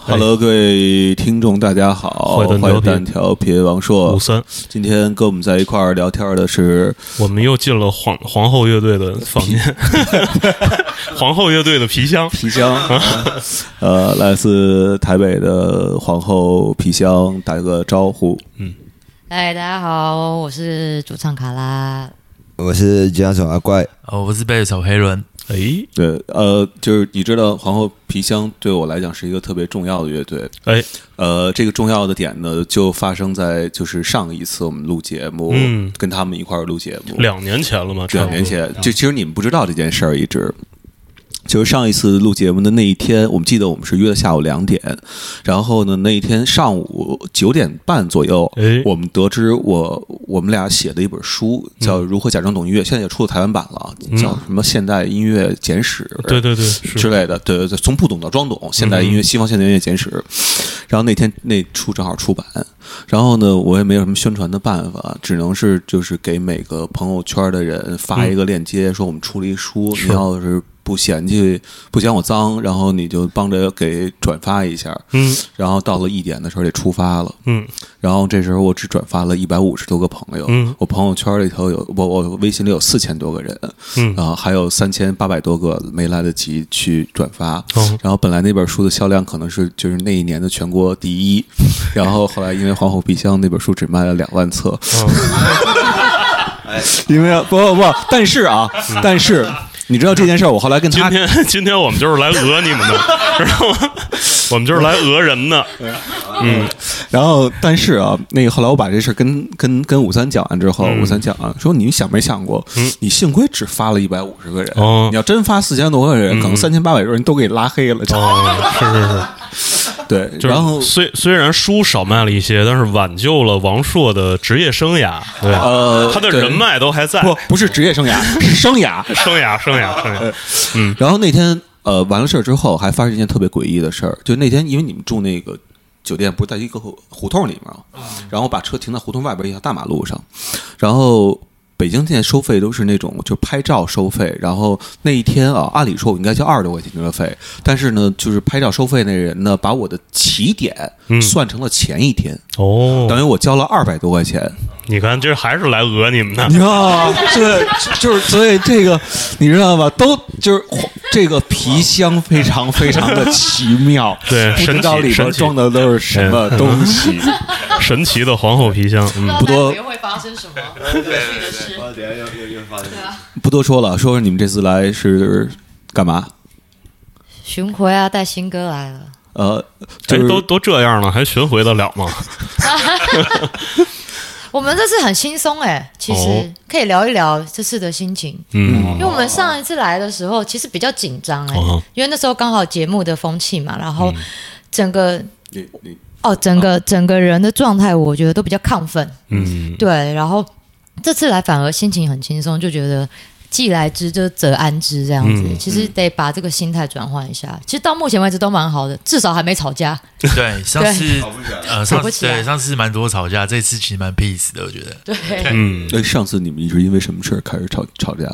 Hello，各位听众，大家好，哎坏欢蛋调迎皮蛋调皮王五硕。三，今天跟我们在一块儿聊天的是我们又进了皇皇后乐队呃的房间， 皇后乐队的皮箱，皮 箱，呃，来自台北的皇后皮箱，打个招呼。哎嗨，大家好，我是主唱卡拉。我是吉他手阿怪，哦，我是贝斯手黑人，哎对，呃，就是你知道，皇后皮箱对我来讲是一个特别重要的乐队。哎，呃，这个重要的点呢，就发生在就是上一次我们录节目，嗯跟他们一块儿录节目，两年前了嘛，差两不多年，前，就其实你们不知道这件事儿，一直。就是上一次录节目的那一天，我们记得我们是约了下午两点，然后呢，那一天上午九点半左右，哎，我们得知我我们俩写的一本书叫《嗯如何假装懂音乐》，现在也出了台湾版了，叫什么《现代音乐简史》对对对，之是类的，对对对，从不懂到装懂，现代音乐、西方现代音乐简史。然后那天那书正好出版，然后呢，我也没有什么宣传的办法，只能是就是给每个朋友圈的人发一个链接，说我们出了一书，你要是不嫌弃不嫌我脏，然后你就帮着给转发一下。嗯然后到了一点的时候，得出发了。嗯然后这时候我只转发了一百五十多个朋友，嗯我朋友圈里头有我我微信里有四千多个人，嗯然后还有三千八百多个没来得及去转发。哦然后本来那本书的销量可能是就是那一年的全国第 一，然后后来因为《皇后皮箱》那本书只卖了两万册，哦， 因为不不不，但是啊，嗯但是你知道这件事儿，我后来跟今他天 今天我们就是来讹你们 的，知道吗？我们就是来讹人的，然后，但是啊，那个后来我把这事儿跟跟跟五三讲完之后，嗯五三讲啊，说你想没想过，你幸亏只发了一百五十个人，哦嗯你要真发四千多个人，可能三千八百个人都给你拉黑了。就哦，是是是。对，就是然后虽虽然书少卖了一些，但是挽救了王朔的职业生涯，对，呃他的对人脉都还在，不呃不是职业生涯，是生涯。生涯生涯 生涯，然后那天呃完了事儿之后，还发生一件特别诡异的事儿，就那天因为你们住那个酒店不是在一个胡胡同里面吗，啊然后我把车停在胡同外边一条大马路上，然后。北京现在收费都是那种就拍照收费，然后那一天啊，按理说我应该交二十多块钱停车费，但是呢，就是拍照收费那人呢，把我的起点嗯算成了前一天，哦等于我交了二百多块钱，你看，这还是来讹你们 的你。知道吗？对，就是所以这个你知道吧？都就是这个皮箱非常非常的奇妙， 对不知道神奇里边神奇嗯装的都是什么东西。神奇的皇后皮箱，嗯，不多会发生什么有趣的事？等下又又又发生不多说了，说说你们这次来是干嘛？巡回啊，带新歌来了。呃，就这是哎都都这样了，还巡回得了吗？我们这次很轻松哎、其哦实可以聊一聊这次的心情， 嗯因为我们上一次来的时候其实比较紧张哎、哦因为那时候刚好节目的风气嘛，然后整个、你你哦，整个整个人的状态我觉得都比较亢奋，啊嗯，对，然后这次来反而心情很轻松，就觉得既来之就则安之这样子。嗯其实得把这个心态转换一下。其实到目前为止都蛮好的，至少还没吵架。对，上次呃吵上不次起来对上次蛮多吵架，这次其实蛮 peace 的，我觉得对，嗯哎，上次你们是因为什么事儿开始吵吵架？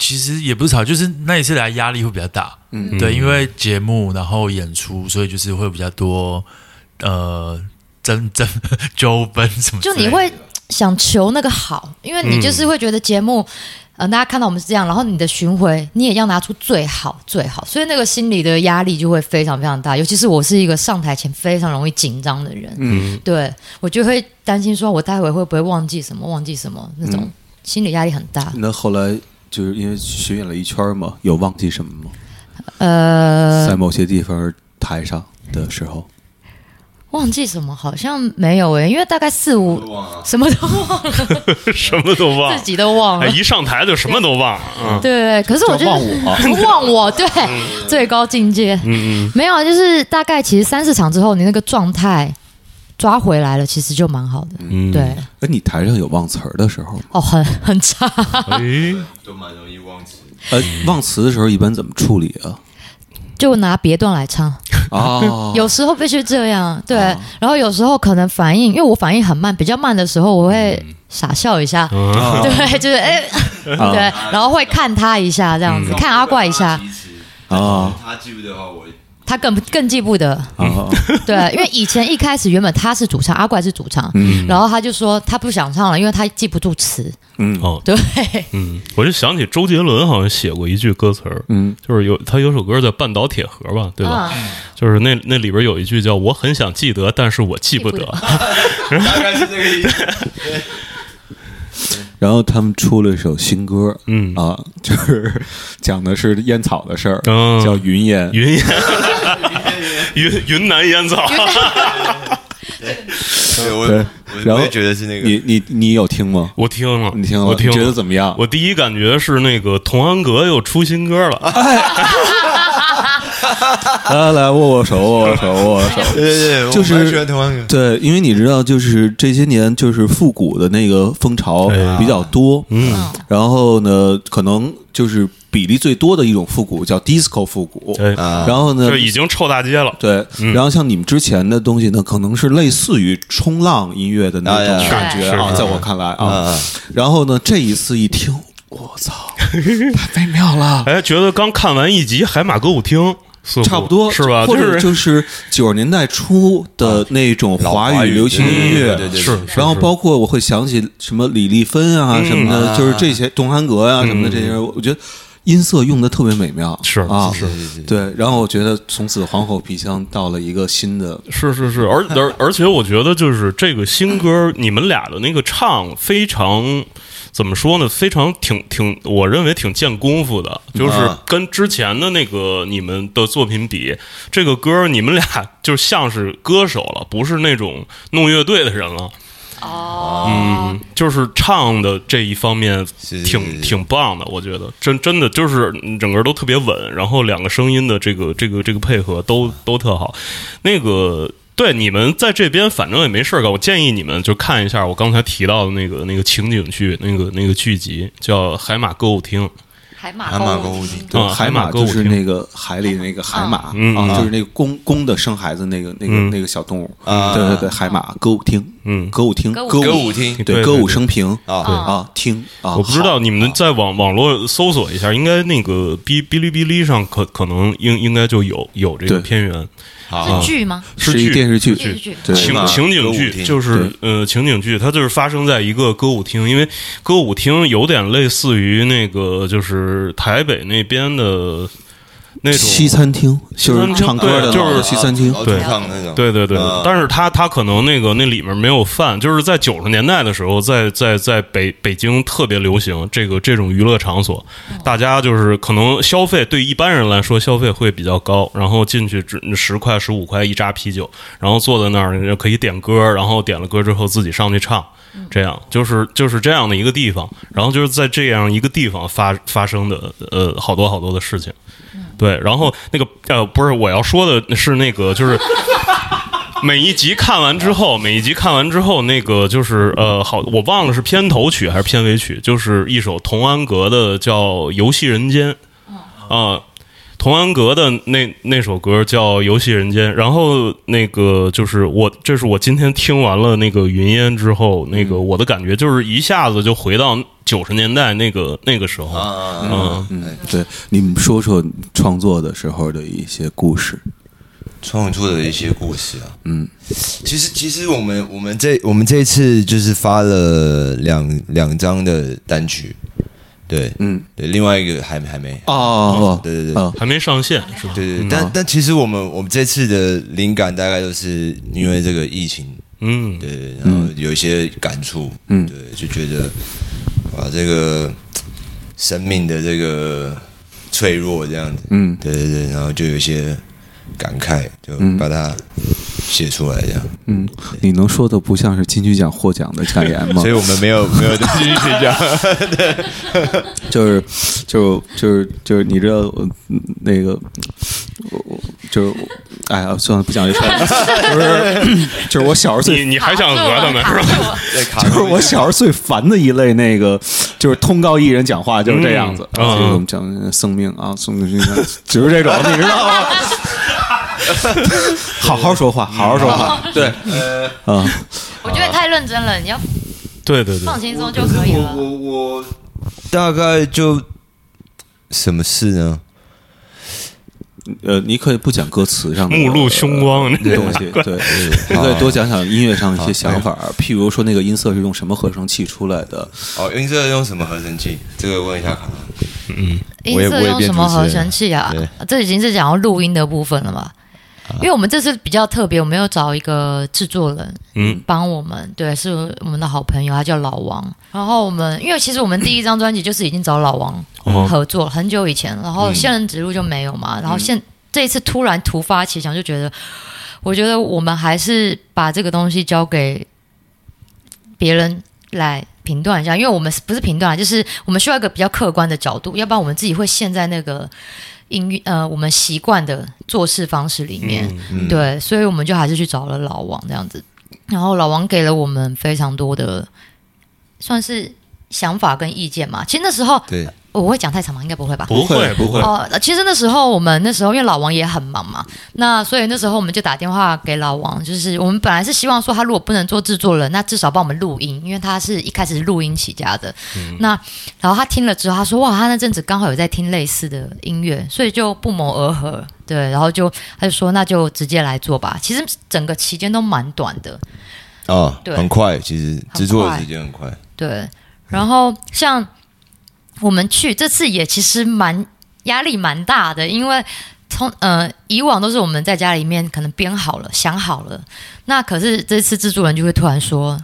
其实也不是吵，就是那一次来压力会比较大，嗯，对，因为节目然后演出，所以就是会比较多呃争 争纠纷什么之就类的，你会想求那个好，因为你就是会觉得节目。呃，大家看到我们是这样，然后你的巡回你也要拿出最好最好，所以那个心理的压力就会非常非常大。尤其是我是一个上台前非常容易紧张的人，嗯，对我就会担心说，我待会会不会忘记什么，忘记什么那种、心理压力很大。那后来就是因为巡演了一圈嘛，有忘记什么吗？呃，在某些地方台上的时候，忘记什么好像没有诶、欸因为大概四五什么都忘了， 什么都忘自，己都忘了哎，。一上台就什么都 忘了，嗯对，可是我觉得忘我 忘我，对，最高境界。嗯没有，啊就是大概其实三四场之后，你那个状态抓回来了，其实就蛮好的。嗯，对，哎，你台上有忘词儿的时候吗？哦，很 很差。哎，都蛮容易忘记。呃，忘词的时候一般怎么处理啊？就拿别段来唱，哦，有时候必须这样，对。然后有时候可能反应，因为我反应很慢，比较慢的时候，我会傻笑一下，啊 对，就是哎，啊对，然后会看他一下这样子，看阿怪一下，其实啊，他记不得话，我他更更进步的，啊， 对，因为以前一开始原本他是主唱，阿怪是主唱，然后他就说他不想唱了，因为他记不住词，嗯哦，对，嗯，我就想起周杰伦好像写过一句歌词儿，嗯，就是有他有首歌叫《半岛铁盒》吧，对吧？嗯就是那那里边有一句叫“我很想记得，但是我记不记得不”，大概是这个意思。然后他们出了一首新歌，嗯啊，就是讲的是烟草的事儿，嗯叫云烟。 云烟，云云南烟草，对，我对我然后我也觉得是那个你你你有听吗？我听 了，你听了？我听你觉得了。怎么样？我第一感觉是那个童安格又出新歌了，来啊来握握手，握握手，握握手。对对对，我就是蛮喜欢同安格。对，因为你知道，就是这些年就是复古的那个风潮比较多，嗯，然后呢，可能就是比例最多的一种复古叫 disco 复古，哎，然后呢 这，已经臭大街了，对，嗯然后像你们之前的东西呢，可能是类似于冲浪音乐的那哎种呀感觉是啊，是嗯在我看来啊啊，然后呢，这一次一听，我 操，太美妙了。哎，觉得刚看完一集《海马歌舞厅》似乎，差不多是吧？或就者是就是九十年代初的那种华语流行音乐，嗯对对对，是然后包括我会想起什么李丽芬啊什么嗯的，就是这些董涵格啊什么的这些人，我觉得音色用的特别美妙，是啊，是对。然后我觉得从此黄口皮箱到了一个新的，是是是，而而而且我觉得就是这个新歌，你们俩的那个唱非常怎么说呢？非常挺挺，我认为挺见功夫的，就是啊跟之前的那个你们的作品比，这个歌你们俩就像是歌手了，不是那种弄乐队的人了。哦，嗯，就是唱的这一方面是是挺是挺棒的，我觉得真真的就是整个都特别稳，然后两个声音的这个这个这个配合都都特好。那个对你们在这边反正也没事儿干，我建议你们就看一下我刚才提到的那个那个情景剧，那个那个剧集叫《海马歌舞厅》。海马海马购购物物厅厅，对啊海马歌就舞是厅那个海里的那个海马嗯啊，嗯就是那个公公的生孩子那个那个嗯那个小动物，啊对对对，海马歌舞厅，嗯歌舞厅，歌舞歌歌舞舞厅对对对歌舞对升平啊，啊厅啊，我不知好道你们在网网络搜索一下，应该那个哔哔哩哔哩上可可能应应该就有有这对个片源好是剧吗？是一剧电视剧，电视剧对情嘛情景歌舞剧厅就是呃情景剧，它就是发生在一个歌舞厅，因为歌舞厅有点类似于那个就是台北那边的那种西餐厅，就是餐厅唱歌的对老就是啊西餐厅，对唱那种，对对对，啊但是他他可能那个那里面没有饭，就是在九十年代的时候，在在在北北京特别流行这个这种娱乐场所，大家就是可能消费对一般人来说消费会比较高，然后进去只十块十五块一扎啤酒，然后坐在那儿可以点歌，然后点了歌之后自己上去唱。这样就是就是这样的一个地方，然后就是在这样一个地方发发生的呃好多好多的事情，对，然后那个呃不是我要说的是那个就是 每一集看完之后，每一集看完之后，那个就是呃，好，我忘了是片头曲还是片尾曲，就是一首童安格的叫《游戏人间》啊、童安格的那那首歌叫《游戏人间》，然后那个就是我，这是我今天听完了那个云烟之后，那个我的感觉就是一下子就回到九十年代那个那个时候，啊，嗯，嗯，对，你们说说创作的时候的一些故事。创作的一些故事啊，嗯，其实其实我们我们这我们这次就是发了两两张的单曲，对，嗯，对，另外一个还还没，哦哦，对对对啊，还没上线是吧？对对，对但但其实我们我们这次的灵感大概都是因为这个疫情，嗯，对，然后有一些感触，嗯对，就觉得哇，这个生命的这个脆弱这样子，嗯对对对，然后就有一些感慨，就把它写出来这样，嗯，你能说的不像是金曲奖获奖的感言吗所以？我们没有没有继续讲，就是，就是，就是，就是，你知道，我嗯那个，我我就是，哎呀，算了，不讲这事儿了。就是，就是我小时候最你你还哦想讹他们是吧？ 在卡就是我小时候最烦的一类那个，就是通告艺人讲话就是这样子，嗯啊嗯就是我们讲生命啊，送命，只是这种，你知道吗？ 好好说话，好好说话，对，啊， 我觉得太认真了，你要对对对放，轻松就可以了。我我大概就什么事呢？呃，你可以不讲歌词上的目露凶光，呃东西，对，你可以多讲讲音乐上一些想法，譬如说那个音色是用什么合成器出来的，哦，音色用什么合成器？这个问一下卡拉。我也音色用什么合成器啊我也变？这已经是讲到录音的部分了嘛？啊因为我们这次比较特别，我们有找一个制作人，嗯，帮我们，对，是我们的好朋友，他叫老王。然后我们，因为其实我们第一张专辑就是已经找老王哦合作了，很久以前，然后仙人指路就没有嘛，然后现这一次突然突发奇想，就觉得，我觉得我们还是把这个东西交给别人来评断一下，因为我们不是评断，就是我们需要一个比较客观的角度，要不然我们自己会陷在那个音乐呃我们习惯的做事方式里面。嗯对，所以我们就还是去找了老王这样子，然后老王给了我们非常多的算是想法跟意见嘛。其实那时候对，我会讲太长吗？应该不会吧？不会不会哦，其实那时候我们那时候因为老王也很忙嘛，那所以那时候我们就打电话给老王，就是我们本来是希望说他如果不能做制作人，那至少帮我们录音，因为他是一开始是录音起家的。那然后他听了之后，他说哇，他那阵子刚好有在听类似的音乐，所以就不谋而合。对，然后就他就说那就直接来做吧。其实整个期间都蛮短的，啊，对很快，其实快制作的时间很快。对，然后像我们去这次也其实蛮压力蛮大的，因为从呃以往都是我们在家里面可能编好了想好了，那可是这次制作人就会突然说。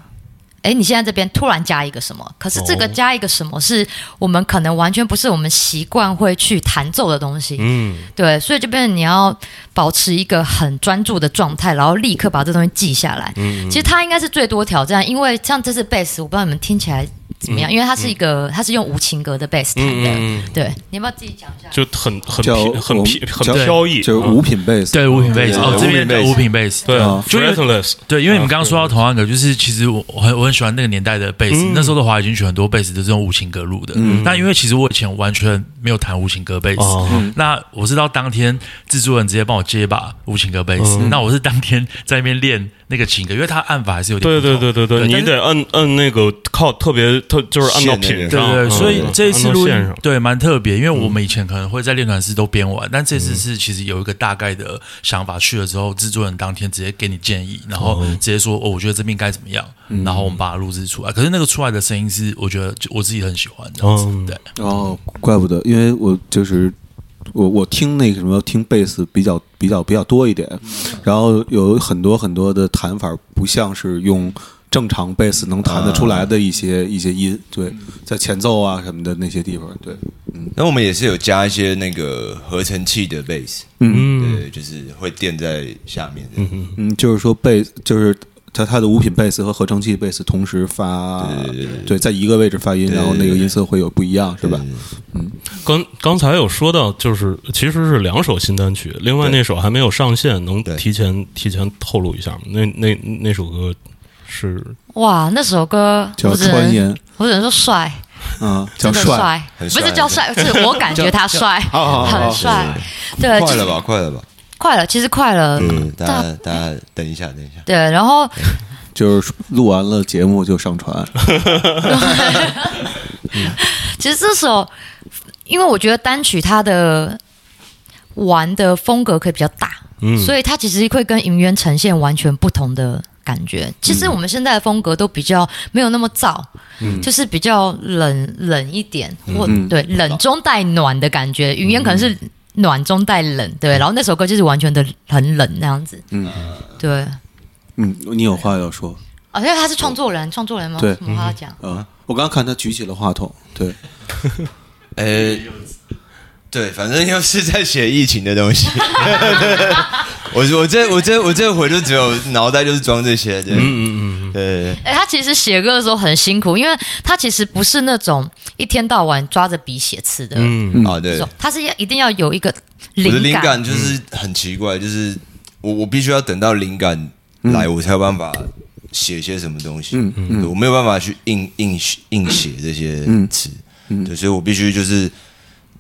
哎，你现在这边突然加一个什么？可是这个哦加一个什么，是我们可能完全不是我们习惯会去弹奏的东西。嗯，对，所以这边你要保持一个很专注的状态，然后立刻把这东西记下来。嗯其实它应该是最多挑战，因为像这次贝斯，我不知道你们听起来怎么样，因为它是一个，它是用无情格的贝斯弹的。嗯嗯对，你要不要自己讲一下？就很很叫平很平叫很飘逸，就是嗯五品贝斯，对五品贝斯，对哦，这边对叫五品贝斯，对啊 f 就 r 是 e t l e s s 对，因为你们刚刚说到同样的，就是其实我我很我很喜欢那个年代的贝斯，嗯那时候的华语金曲很多贝斯都是用无情格录的。那因为其实我以前完全没有弹无情格贝斯，哦那我是到当天制作人直接帮我接一把无情格贝斯，嗯那我是当天在那边练那个情歌，因为它按法还是有点对不对同对对对，但你是得按按那个靠特别特，就是按到线那品边对上，对，嗯对所以这一次按录音到线上对蛮特别，因为我们以前可能会在练团室都编完，但这次是其实有一个大概的想法，去了之后，制作人当天直接给你建议，然后嗯直接说哦，我觉得这边应该怎么样，然后我们把它录制出来。可是那个出来的声音是，我觉得就我自己很喜欢这样子，嗯对，哦，怪不得，因为我就是我我听那个什么听贝斯比较比较比较多一点，嗯然后有很多很多的弹法不像是用正常贝斯能弹得出来的一些、嗯一些音，对，在前奏啊什么的那些地方，对，那我们也是有加一些那个合成器的 bass，嗯，对，就是会垫在下面的。嗯，就是说贝就是。它它的五品贝斯和合成器贝斯同时发，对在一个位置发音，然后那个音色会有不一样，是吧？刚刚才有说到，就是其实是两首新单曲，另外那首还没有上线，能对提前提前透露一下吗？那那那首歌是哇，那首歌叫我只川能岩，我只能说帅，嗯，叫真的帅，很不帅是叫帅，是我感觉他帅，好很帅。对，快其了实吧，快了吧，快了，其实快了。嗯，大大家大家等一下，等一下，对，然后就是录完了节目就上传，其实这首，因为我觉得单曲它的玩的风格可以比较大，嗯所以它其实会跟银渊呈现完全不同的感觉。其实我们现在的风格都比较没有那么燥，就是比较冷冷一点，或、对冷中带暖的感觉。云烟可能是暖中带冷，对。然后那首歌就是完全的很冷那样子，嗯，对。嗯，你有话要说？而且他是创作人，创作人吗？对什么话要讲？嗯，我刚刚看他举起了话筒，对，呃，对，反正又是在写疫情的东西。我我这我这我这回就只有脑袋就是装这些，对，嗯嗯嗯，对，哎、他其实写歌的时候很辛苦，因为他其实不是那种一天到晚抓着笔写词的那嗯对啊对种，，他是要一定要有一个我的灵灵感。感就是很奇怪，就是我我必须要等到灵感来，我才有办法写些什么东西。嗯嗯，我没有嗯办法去硬硬硬写这些词，对，所以我必须就是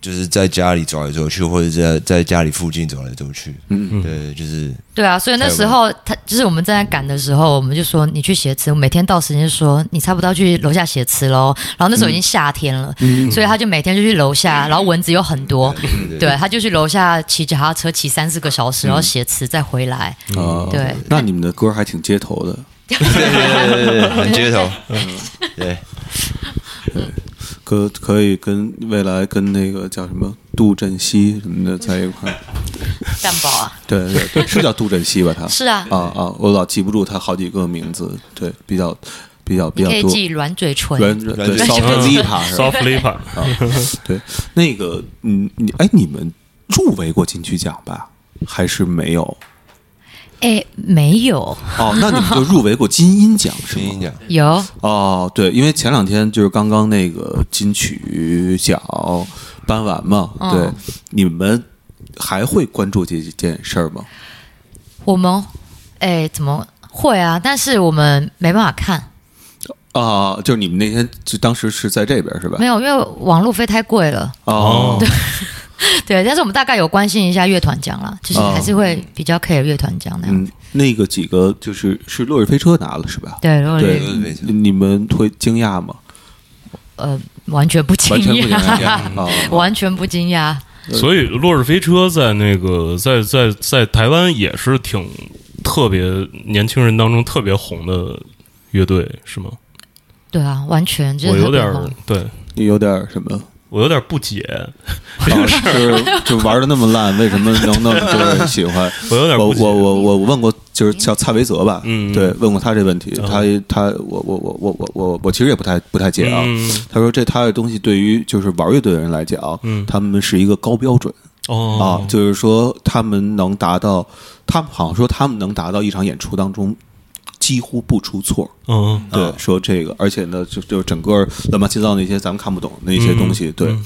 就是在家里走来走去，或者在在家里附近走来走去。嗯，对，就是 对啊，所以那时候他就是我们正在赶的时候，我们就说你去写词，我每天到时间就说你差不多要去楼下写词喽。然后那时候已经夏天了，所以他就每天就去楼下，然后蚊子又很多，对，他就去楼下骑脚踏车骑三四个小时，然后写词再回来。啊，嗯对那你们的歌还挺街头的，对对对对对，很街头。对，可可以跟未来跟那个叫什么杜振熙什么的在一 块儿，蛋堡啊，对对对，是叫杜振熙吧？ 他是啊，啊啊，我老记不住他好几个名字，对，比较比较比你较可以多。记软嘴唇，软软对软骚软子一趴是吧？ soft lipa，啊，对，那个，嗯，你哎，你们入围过金曲奖吧？还是没有？哎，没有，哦，那你们就入围过金音奖是听吗你？讲，有哦，对，因为前两天就是刚刚那个金曲奖颁完嘛，嗯对，你们还会关注这件事儿吗？我们，哎，怎么会啊？但是我们没办法看，啊、就是你们那天就当时是在这边是吧没？有，因为网路费太贵了。 哦，对，但是我们大概有关心一下乐团奖啦，就是还是会比较 care 乐团奖那样。嗯，那个几个就是是落日飞车拿了是吧？对，如果对你，落日飞车你们会惊讶吗？呃完全不惊完全不惊讶，讶啊！ 完全不惊讶。所以《落日飞车》在那个在在在台湾也是挺特别年轻人当中特别红的乐队，是吗？对啊，完全就我是有点特别儿好对你有点儿什么？我有点不解，啊、是就玩的那么烂，为什么能那么多人喜欢？我有点我不解。我我我问过，就是叫蔡维泽吧，嗯对，问过他这问题，嗯他他我我我我我我我其实也不太不太解啊。嗯他说这他的东西对于就是玩乐队的人来讲，嗯他们是一个高标准、哦啊，就是说他们能达到，他们好像说他们能达到一场演出当中几乎不出错。嗯对，说这个，而且呢，就就整个乱七八糟那些咱们看不懂的那些东西，对。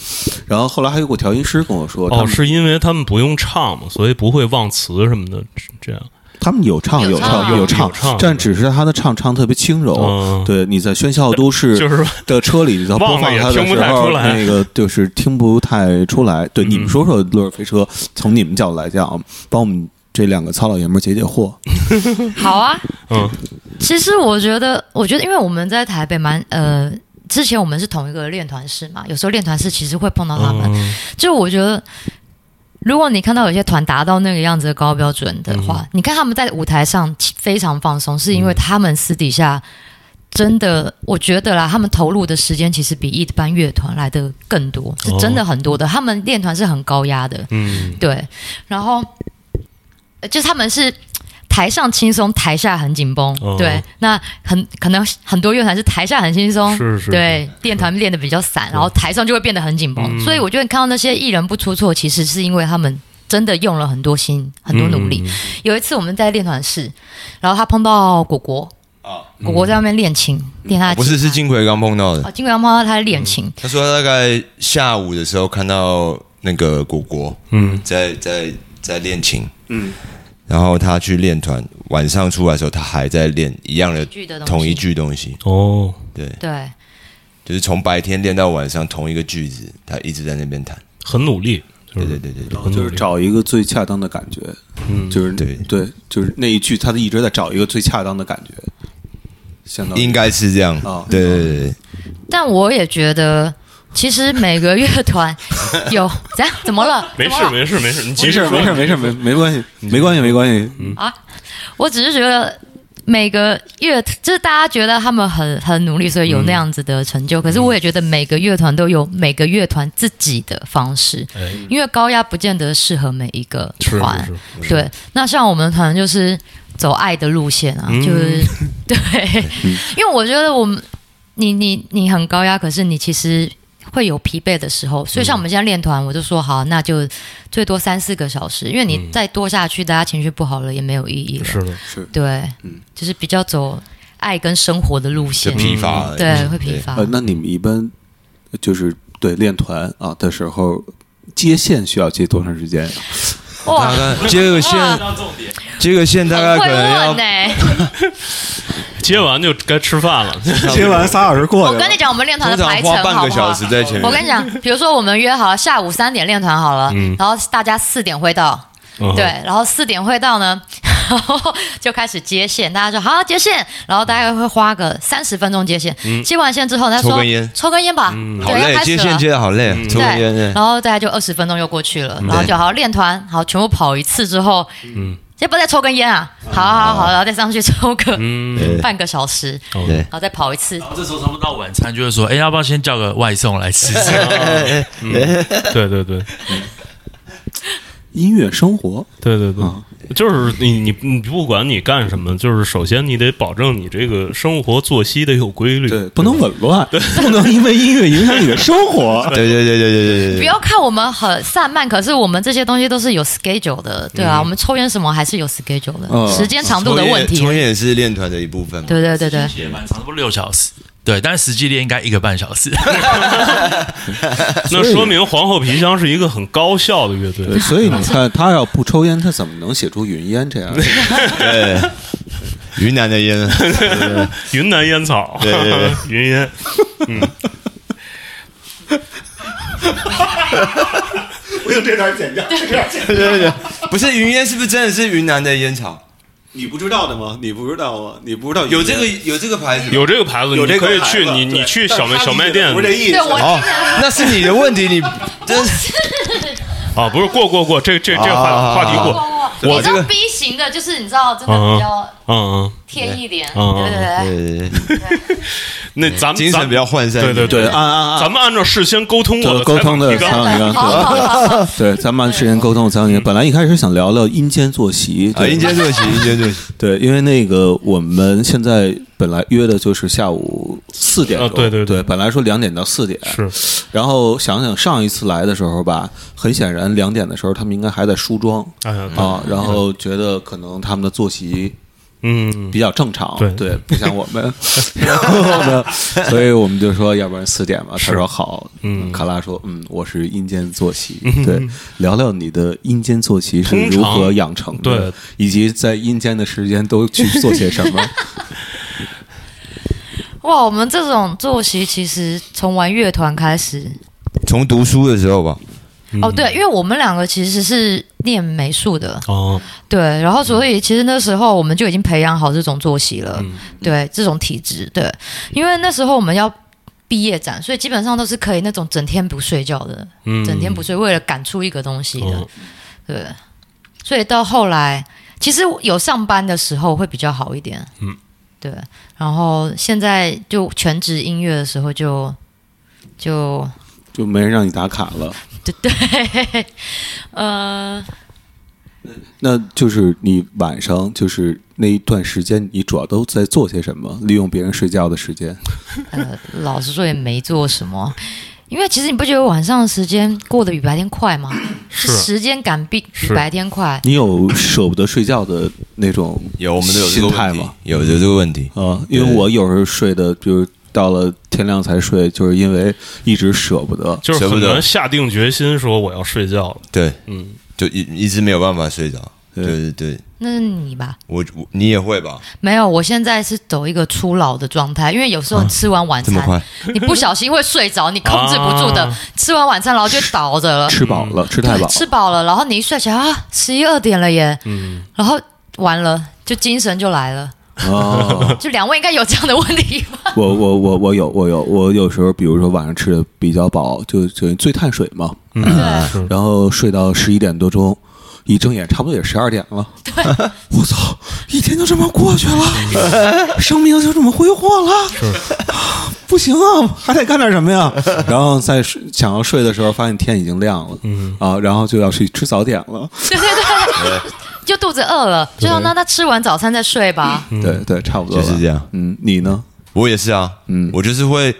然后后来还有个调音师跟我说，他嗯哦，们是因为他们不用唱嘛，所以不会忘词什么的，这这样他们有唱有有唱唱有唱有唱，但只是他的唱唱特别轻柔嗯。对，你在喧嚣都市 就是的车里头播忘了放也他的听不时太候，出来那嗯个就是听不太出来。对，你们说说《落日飞车》，从你们角度来讲，帮我们这两个糙老爷们儿解解惑。好啊。嗯其实我觉得，我觉得，因为我们在台北蛮呃，之前我们是同一个练团室嘛，有时候练团室其实会碰到他们。嗯就我觉得，如果你看到有些团达到那个样子的高标准的话，你看他们在舞台上非常放松，是因为他们私底下真的，我觉得啦，他们投入的时间其实比一般乐团来的更多，是真的很多的。他们练团是很高压的，嗯对，然后呃就是他们是。台上轻松，台下很紧绷。哦对，那很可能很多乐团是台下很轻松，是是对，练团练的比较散，然后台上就会变得很紧绷。嗯所以我觉得看到那些艺人不出错，其实是因为他们真的用了很多心、很多努力。有一次我们在练团室，然后他碰到果果，果果在外面练琴，练他的哦不是吉是他金奎刚碰到的哦，，金龟阳碰到他在练琴，他说他大概下午的时候看到那个果果，嗯在在在练琴，嗯，然后他去练团，晚上出来的时候他还在练一样的剧的东西同一句东西，哦，对，对，就是从白天练到晚上同一个句子，他一直在那边弹，很努力，就对是对对对对，很就努是力。找一个最恰当的感觉，嗯，就是对对，就是那一句，他一直在找一个最恰当的感觉，相当于应该是这样哦，对对对对，但我也觉得。其实每个乐 团有怎样怎么了？没怎么事了没事没事，你没继续事说儿没事儿没事儿没没关系没关系没关系，啊，我只是觉得每个乐，就是大家觉得他们很很努力，所以有那样子的成嗯就。可是我也觉得每个乐团都有每个乐团自己的方式，哎因为高压不见得适合每一个是是团。是嗯对，那像我们团就是走爱的路线啊，嗯就是 对，因为我觉得我们你你你很高压，可是你其实。会有疲惫的时候，所以像我们现在练团，我就说好，那就最多三四个小时，因为嗯你再多下去，大家情绪不好了也没有意义了。是的，对，就是比较走爱跟生活的路线就，疲乏而已，对，会疲乏呃，。那你们一般就是对练团啊的时候接线需要接多长时间啊？大哇，概接个线，接个线大概很可 会欸能要问呢，接完就该吃饭了。接完仨小时过我去了跟你讲，我们练团通的常排程花好不半好？个小时在 前我面。跟你讲，比如说我们约好下午三点练团好了，嗯然后大家四点会到，嗯对，然后四点会到呢， 然后就开始接线，大家说好接线，然后大概会花个三十分钟接线，接完线之后他说嗯抽根烟嗯抽根烟吧，好对，要累，开始接了嗯线接的好累，抽根烟嗯对，对然后大概就二十分钟又过去了，然后就好练团，好全部跑一次之后，嗯，要不要再抽根烟啊？好好好，然后再上去抽个半个小时，嗯对。然后再跑一次，这时候差不多到晚餐，就会说，哎，要不要先叫个外送来吃？对对对音乐生活，对对对，就是你你你不管你干什么，就是首先你得保证你这个生活作息得有规律。对，不能紊乱，不能因为音乐影响你的生活对对对对对对不对。要看我们很散漫，可是我们这些东西都是有 schedule 的，对啊，我们抽烟什么还是有 schedule 的，嗯时间长度的问题抽。烟也是练团的一部分嘛。对对对 对，也蛮长，差不多六小时。对，但是实际练应该一个半小时。那说明皇后皮箱是一个很高效的乐队。对，所以你看，他要不抽烟，他怎么能写出《云烟》这样的？ 对，哎云南的 烟，云南烟草，对对对 云烟， 对对对， 不是云烟，是不是真的是云南的烟草？你不知道的吗？你不知道吗？你不知道有这个有这个牌子吗？有这个牌子，有这你个可以牌去，子你你对去但小卖他小卖理解的店不是这意对思。我哦，那是你的问 题，你真是啊，不是过过过，这这这话啊话题过，我你我知这道个 B 型的，就是你知道真的比较嗯嗯，贴一点，嗯嗯对对对。对对那咱们精神比较涣散咱对对，对按按按咱们按照事先沟通过就 的是沟通的采采访提纲访一好个，好好好， 对，咱们按时间沟通的苍蝇。本来一开始想聊聊阴间作息，啊，对阴间作 息，阴间作息，对，因为那个我们现在本来约的就是下午四点啊钟，对对对对，本来说两点到四点，是然后想想上一次来的时候吧，很显然两点的时候他们应该还在梳妆哎呀对啊，然后觉得可能他们的作息嗯，比较正常，对 不像我们。 然后呢，所以我们就说，要不然四点吧。他说好，嗯，卡拉说，嗯，我是阴间作息，对，聊聊你的阴间作息是嗯通常如何养成的，对以及在阴间的时间都去做些什 么。哇，我们这种作息其实从玩乐团开始，从读书的时候吧，哦对，因为我们两个其实是念美术的，哦，对，然后嗯所以其实那时候我们就已经培养好这种作息了，对，这种体质，对，嗯因为那时候我们要毕业展，所以基本上都是可以那种整天不睡觉的，嗯，整天不睡，为了赶出一个东西的，哦对，所以到后来其实有上班的时候会比较好一点，嗯，对，然后现在就全职音乐的时候就就就没人让你打卡了，对对，呃，那就是你晚上就是那一段时间，你主要都在做些什么？利用别人睡觉的时间，呃，老实说也没做什么，因为其实你不觉得晚上的时间过得比白天快吗？是时间感比比是白天快。你有舍不得睡觉的那种有我们都有这个心态问题吗？，有有这个问题，啊，因为我有时候睡的，就是到了天亮才睡，就是因为一直舍不得。就是舍很不得难下定决心说我要睡觉了。对，嗯，就一一直没有办法睡着，对对对对，那是你吧？我我你也会吧？没有，我现在是走一个初老的状态，因为有时候你吃完晚这么餐，快？ 你不小心会睡着，你控制不住的。啊吃完晚餐，然后就倒着嗯了，吃饱了，吃太对饱吃饱了，然后你一睡起来啊，十一二点了耶，嗯然后完了，就精神就来了。啊！ 就两位应该有这样的问题吧？我我我我有我有我有时候，比如说晚上吃的比较饱，就就最碳水嘛，嗯，然后睡到十一点多钟，一睁眼差不多也十二点了。对，我操，一天就这么过去了，生命就这么挥霍了，啊 不行啊，还得干点什么呀？然后在睡想要睡的时候，发现天已经亮了，嗯啊，然后就要去吃早点了。 对对对，就肚子饿了，就说那那吃完早餐再睡吧。嗯对对，差不多就是吧这样嗯，你呢？我也是啊，嗯嗯，我就是会，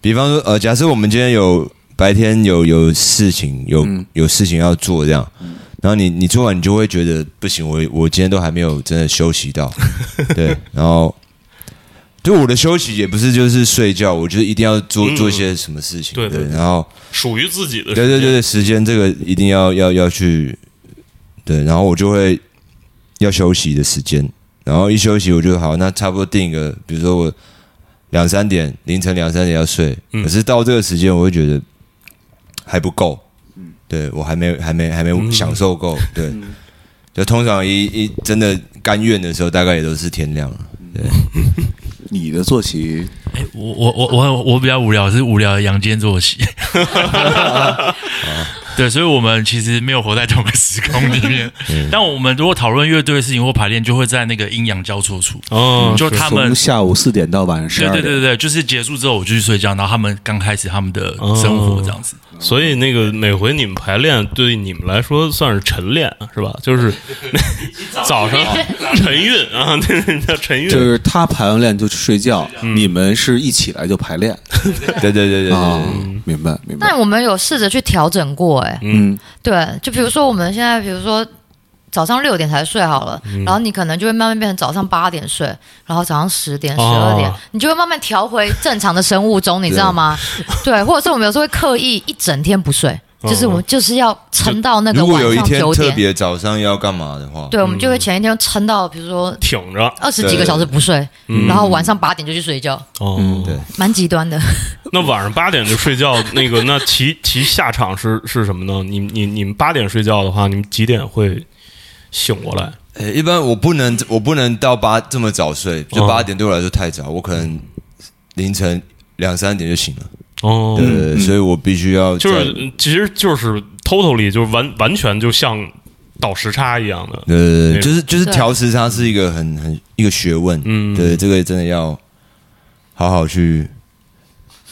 比方说，呃，假设我们今天有白天有有事情，有、嗯有事情要做这样，然后你你做完，你就会觉得不行，我我今天都还没有真的休 息到，对，然后。就我的休息也不是就是睡觉，我就是一定要做、做些什么事情，嗯对对对然后属于自己的时对间。对对对，时间这个一定要要要去，对，然后我就会要休息的时间，然后一休息我就好，那差不多定一个，比如说我两三点凌晨两三点要睡，可是到这个时间我会觉得还不够，对我还没还没还没享受够，对，就通常一一真的甘愿的时候，大概也都是天亮了，对。你的作息哎，我我我我我比较无聊，是无聊的阳间作息。 对，所以我们其实没有活在同个时空里面。嗯但我们如果讨论乐队的事情或排练，就会在那个阴阳交错处。嗯嗯哦，就他们从下午四点到晚上十对二对点，对对，就是结束之后我就去睡觉，然后他们刚开始他们的生哦活这样子。所以那个每回你们排练，对你们来说算是晨练是吧？就是 早上晨运啊， 那是叫晨运，就是他排完练就去睡觉，嗯你们是一起来就排练对对对对啊哦对，，明白明白。但我们有试着去调整过、哎，嗯，对，就比如说我们现在，比如说早上六点才睡好了，嗯然后你可能就会慢慢变成早上八点睡，然后早上十点、十二点，哦你就会慢慢调回正常的生物钟，你知道吗？对，或者是我们有时候会刻意一整天不睡，就是我们就是要撑到那个哦如果晚有一上天九特点，别嗯早上要干嘛的话，对，我们就会前一天撑到，比如说。挺着二十几个小时不睡，嗯然后晚上八点就去睡觉，哦。对，蛮极端的。那晚上八点就睡觉，那个那其其下场是是什么呢？你你你们八点睡觉的话，你们几点会醒过来？呃，一般我不能，我不能到八这么早睡，就哦八点对我来说太早，我可能凌晨两三点就醒了。哦，对，所以我必须要就在是其实就是 totally 就是完完全就像倒时差一样的。呃，对就是就是对调时差是一个很很一个学问，嗯对，这个真的要好好去。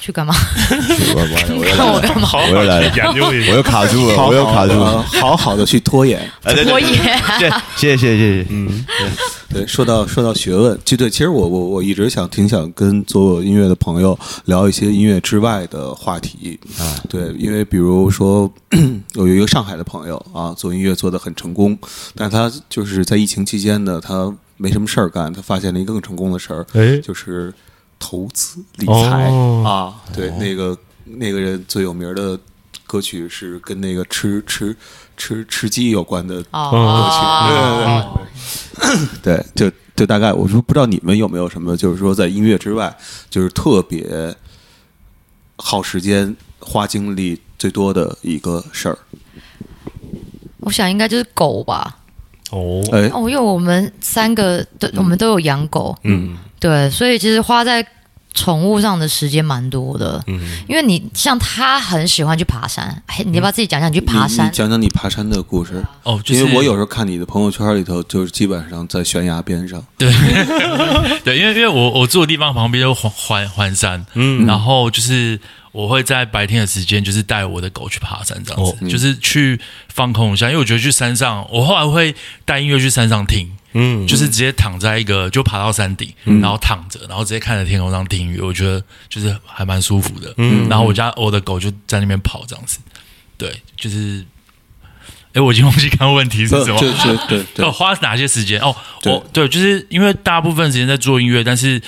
去干嘛？去我 我我又看我来了，干 嘛？好好我又来了去研究一我下。又卡住了，好呃我又卡好住了。的，好好的去 拖延。啊对对我也对嗯谢谢谢谢谢谢，对，说到说到学问，就对，其实我我我一直想挺想跟做音乐的朋友聊一些音乐之外的话题啊，对，因为比如说 我有一个上海的朋友啊，做音乐做得很成功，但他就是在疫情期间呢，他没什么事儿干，他发现了一个更成功的事儿，哎就是投资理财、哦啊，对，那个那个人最有名的歌曲是跟那个吃吃吃吃鸡有关的哎哦，对，就就大概我说不知道你们有没有什么，就是说在音乐之外，就是特别耗时间、花精力最多的一个事儿。我想应该就是狗吧。哦，哎，哦，因为我们三个都、我们都有养狗，嗯，对，所以其实花在宠物上的时间蛮多的。嗯，因为你像他很喜欢去爬山，哎，你要不要自己讲讲你去爬你你山？讲讲你爬山的故事，哦，就是因为我有时候看你的朋友圈里头，就是基本上在悬崖边 上。对，因为因为我我住的地方旁边就是环环环山，嗯，然后就是我会在白天的时间，就是带我的狗去爬山这样子，就是去放空一下，因为我觉得去山上，我后来会带音乐去山上听。嗯，就是直接躺在一个，就爬到山顶，然后躺着，然后直接看着天空上听雨，我觉得就是还蛮舒服的。嗯，然后我家我的狗就在那边跑这样子，对，就是，哎，我已经忘记刚刚问题是不什么，就就 对对哦，，花哪些时间？哦，对我对，就是因为大部分时间在做音乐，但是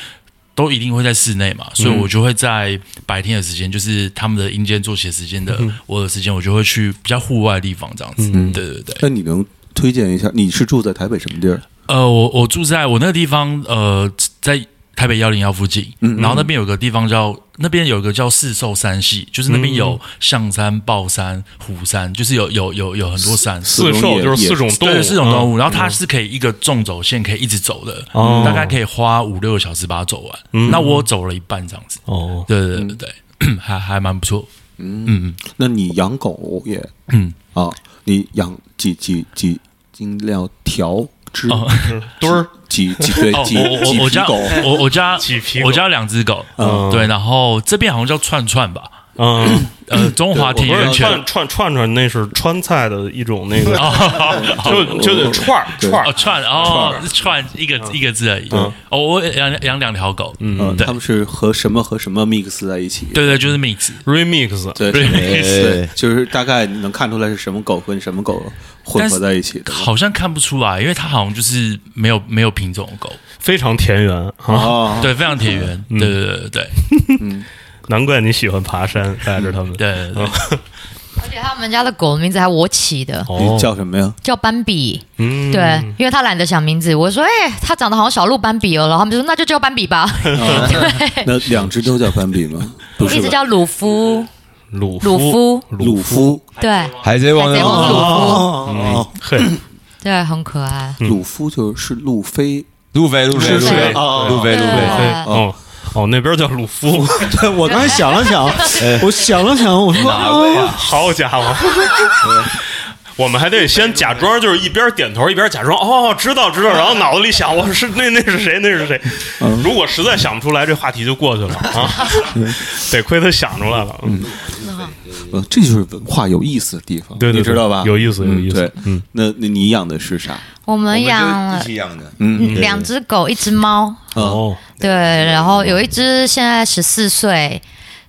都一定会在室内嘛，嗯所以我就会在白天的时间，就是他们的阴间作息的时嗯间的我的时间，我就会去比较户外的地方这样子。对对对，那你能推荐一下？你是住在台北什么地儿？呃，我我住在我那个地方，呃，在台北幺零幺附近，嗯然后那边有个地方叫那边有个叫四兽山系，就是那边嗯有象山、豹山、虎山，就是有有有有很多山，四兽就是四种动对，物，四种动嗯物，然后它是可以一个纵走线可以一直走的，哦嗯大概可以花五六个小时把它走完。那我走了一半这样子，哦，对对对对对，还还蛮不错。那你养狗也嗯啊？你养几几几斤料条只哦 墩儿几几对哦，几几我我我哎匹家狗？我我家几匹狗我家有两只狗，嗯对，然后这边好像叫串串吧，嗯，呃，中华田不是园犬串串串串，那是川菜的一种那个，就就哦得串儿对串哦儿，串哦是串一个一个字而已。嗯哦，我养养两条狗，嗯，嗯，对他们是和什么和什么 mix 在一起？对对，就是 mix。 remix，对对对，就是大概你能看出来是什么狗跟什么狗混合在一起的。好像看不出来，因为它好像就是没有没有品种的狗，非常田园啊，哦，对，非常田园，嗯对对对对对难怪你喜欢爬山，带着他们。对对对。而且他们家的狗的名字还我起的，你哦，叫什么呀？叫斑比。嗯对，因为他懒得想名字，我说：“哎、他长得好像小鹿斑比哦。”然后他们就说：“那就叫斑比吧。那两只都叫斑比吗？不我一是直吧？叫鲁夫， 鲁鲁夫夫，鲁夫，对海贼王的海贼王哦哦嘿，对，很可爱。嗯鲁夫就是路飞，路飞，路飞，是路飞，是哦路飞，路对飞，嘿哦哦，那边叫鲁夫，哎哦， 我刚才想了想，我想了想，我说啊，好家伙！我们还得先假装，就是一边点头一边假装哦，知道知道，然后脑子里想我是那那是谁那是谁。嗯如果实在想不出来，这话题就过去了啊。 得亏他想出来了，嗯，呃，这就是文化有意思的地方，对对，你知道吧？有意思有意对思，，嗯，那那你养的是啥？我我们们养就一了起养的，嗯两只狗，一只猫，哦，对，然后有一只现在十四岁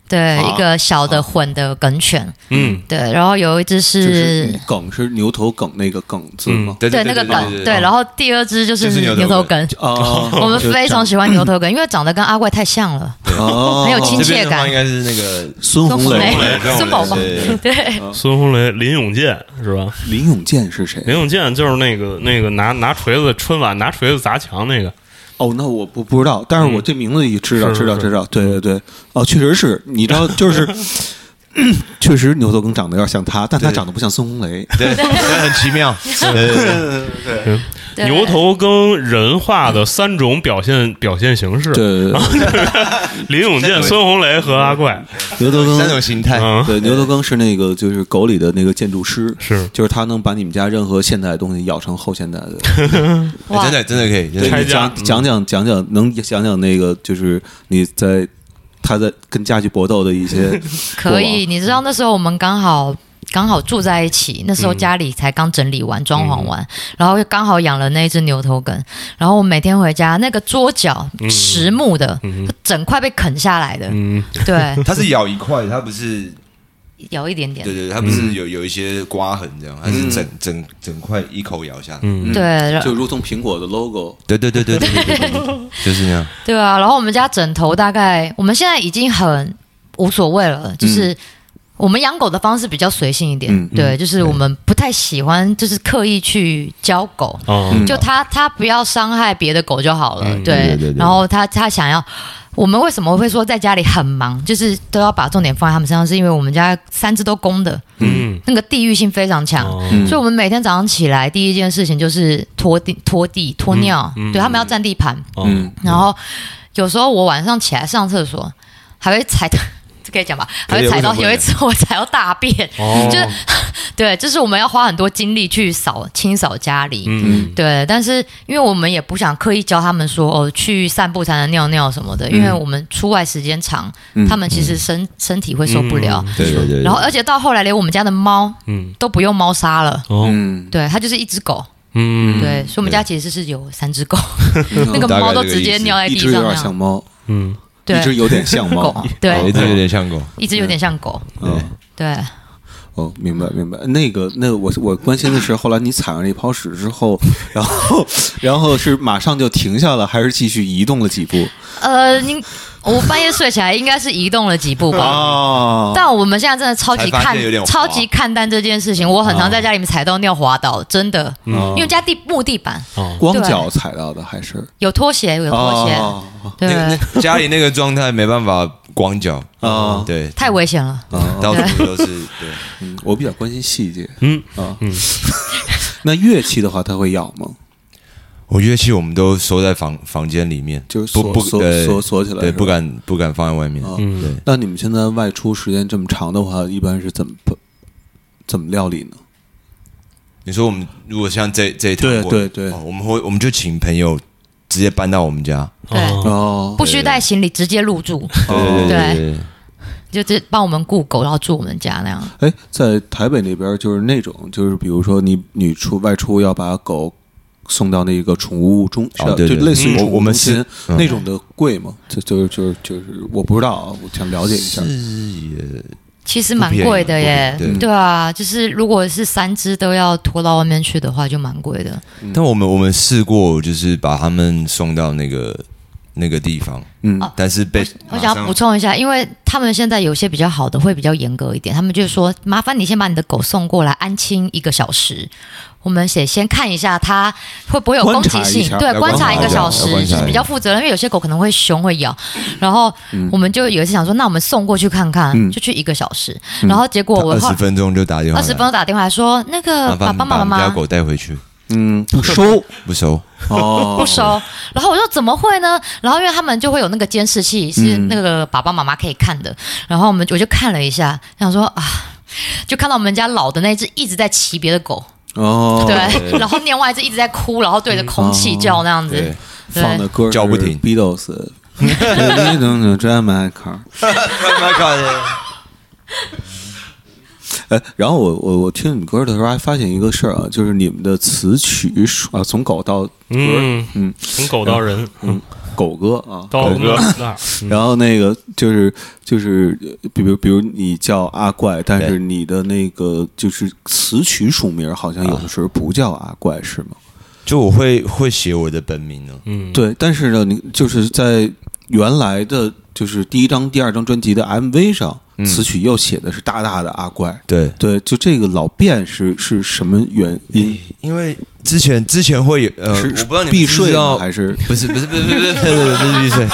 的一个小的混的梗犬，嗯，对，然后有一就只是是。梗是牛头梗那个梗字嗯吗？对对对那个梗，对对，然后第二只就是就是牛头牛头梗， 啊，我们非常喜欢牛头梗，因为长得跟阿怪太像了，哦，很有亲啊这边切的话感应。该是那个孙红雷雷、对孙宝宝，对对，嗯孙红雷、林永健是吧？林永健是谁？林永健就是那个那个拿拿锤子春晚拿锤子砸墙那个，哦，那我不不知道，但是我这名字一知道，嗯是是知道，是知道，对对对，哦，确实是，你知 道，就是确实牛头梗长得有点像他，但他长得不像孙红雷，对，很 奇妙，对对对对牛头梗人化的三种表现表现形式，对对对，林永健、孙红雷和阿怪， 牛头三种梗。形态，嗯，对，牛头梗是那个就是狗里的那个建筑师，是就是他能把你们家任何现代的东西咬成后现代 的。哎哇真，的真的可以，真的，对，拆你家嗯讲讲讲讲讲，能讲讲那个就是你在他在跟家具搏斗的一 些可以，你知道那时候我们刚好刚好住在一起，那时候家里才刚整理完、装潢完，然后又刚好养了那一只牛头梗，然后我每天回家，那个桌角实木的，整块被啃下来的，嗯，对它是咬一块，它不是，咬一点点对，对，它不是有有一些刮痕这样，它是整整整块一口咬下来，嗯对，然就如同苹果的 logo，对对对对对对对对，就是那样，对啊，然后我们家枕头大概，我们现在已经很无所谓了，就是。我们养狗的方式比较随性一点，嗯对，就是我们不太喜欢，就是刻意去教狗，哦，嗯就它它不要伤害别的狗就好了，嗯对对对对然后它它想要，我们为什么会说在家里很忙，就是都要把重点放在它们身上，是因为我们家三只都公的，嗯，那个地域性非常强，哦嗯所以我们每天早上起来第一件事情就是拖地、拖地、拖尿，嗯嗯对他们要占地盘，嗯，然后有时候我晚上起来上厕所，还会踩到， 这可以讲吧？还会踩到可以有一次我踩到大便， 哦，就是对，就是我们要花很多精力去扫清扫家里。嗯，对，但是因为我们也不想刻意教他们说哦，去散步才能尿尿什么的，因为我们出外时间长，嗯他们其实身身体会受不了。 对对对哎然后，而且到后来连我们家的猫嗯，都不用猫砂了，哦，嗯，对，它就是一只狗。嗯，对，所以我们家其实是有三只狗， 那那个大概猫都这个直意接思尿在嗯一地只上有那点像样。猫，嗯，一只对，有点像猫狗，对，这有点像狗，一只有点像狗，嗯。对，哦，明白明白。那个，那个我我关心的是，后来你踩上那泡屎之后， 然后然后是马上就停下了，还是继续移动了几步？呃，您我半夜睡起来应该是移动了几步吧。哦，但我们现在真的超级才发看现有点滑超级看淡这件事情，我很常在家里面踩到尿滑倒，真的，嗯因为家地木地板哦，光脚踩到的还是有拖鞋，有拖鞋，哦那个对，那家里那个状态没办法光脚哦对，太危险了。到处都是，对，嗯我比较关心细节嗯，啊。 那乐器的话，它会咬吗？我乐器我们都收在房房间里面，就是不锁不锁呃锁锁起来对，是吧不敢不敢放在外面啊，对。那你们现在外出时间这么长的话，一般是怎么怎么料理呢？你说我们如果像这这一趟对过，对对哦我们会我们就请朋友直接搬到我们家，对，哦，不需带行李，直接入住，对对对对对，就直帮我们雇狗，然后住我们家那样。哎，在台北那边就是那种，就是比如说你你出外出要把狗送到那个宠物中，哦对对就类似于嗯宠物我们中心是那种的贵吗？就就是就是就是我不知道啊，我想了解一下。其实蛮贵的耶不便宜不便宜，对啊，就是如果是三只都要拖到外面去嗯的话，就蛮贵的。但我们我们试过，就是把他们送到那个那个地方，嗯，但是被哦我想马要上补充一下，因为他们现在有些比较好的会比较严格一点，他们就是说，麻烦你先把你的狗送过来安亲一个小时，我们得先看一下它会不会有攻击性，观察一下对，要观察一观察个一下小时要观察一下就是比较负责任，因为有些狗可能会凶会咬，然后嗯我们就有一次想说，那我们送过去看看，就去一个小时，嗯然后结果我二后十分钟就打电话二来，十分钟打电话来说，那个麻爸烦爸把妈我们家妈狗带回去，嗯，不收不收。哦，不收。然后我说怎么会呢？然后因为他们就会有那个监视器，是那个爸爸妈妈可以看的。然后我们我就看了一下，想说啊。就看到我们家老的那只一直在骑别的狗，哦，对，， 然后另外一只一直在哭，然后对着空气叫那样子，对对放的歌是叫不停 Beatles，你等等真麦克。 My God！哎，然后我我我听你们歌的时候还发现一个事儿啊，就是你们的词曲数啊，从狗到歌，嗯嗯，从狗到人，嗯，狗哥啊，到狗哥。那嗯然后那个就是就是，呃比如比如你叫阿怪，但是对你的那个就是词曲署名好像有的时候不叫阿怪，是吗？就我会会写我的本名呢，嗯，对，但是呢，你就是在原来的就是第一张、第二张专辑的 MV 上，词曲又写的是大大的阿怪。对，对，就这个老变是是什么原因？因为之前之前会有呃，啊是我不知道你们避知不税知吗道还是不是不是不是不是不是不是不是闭嘴。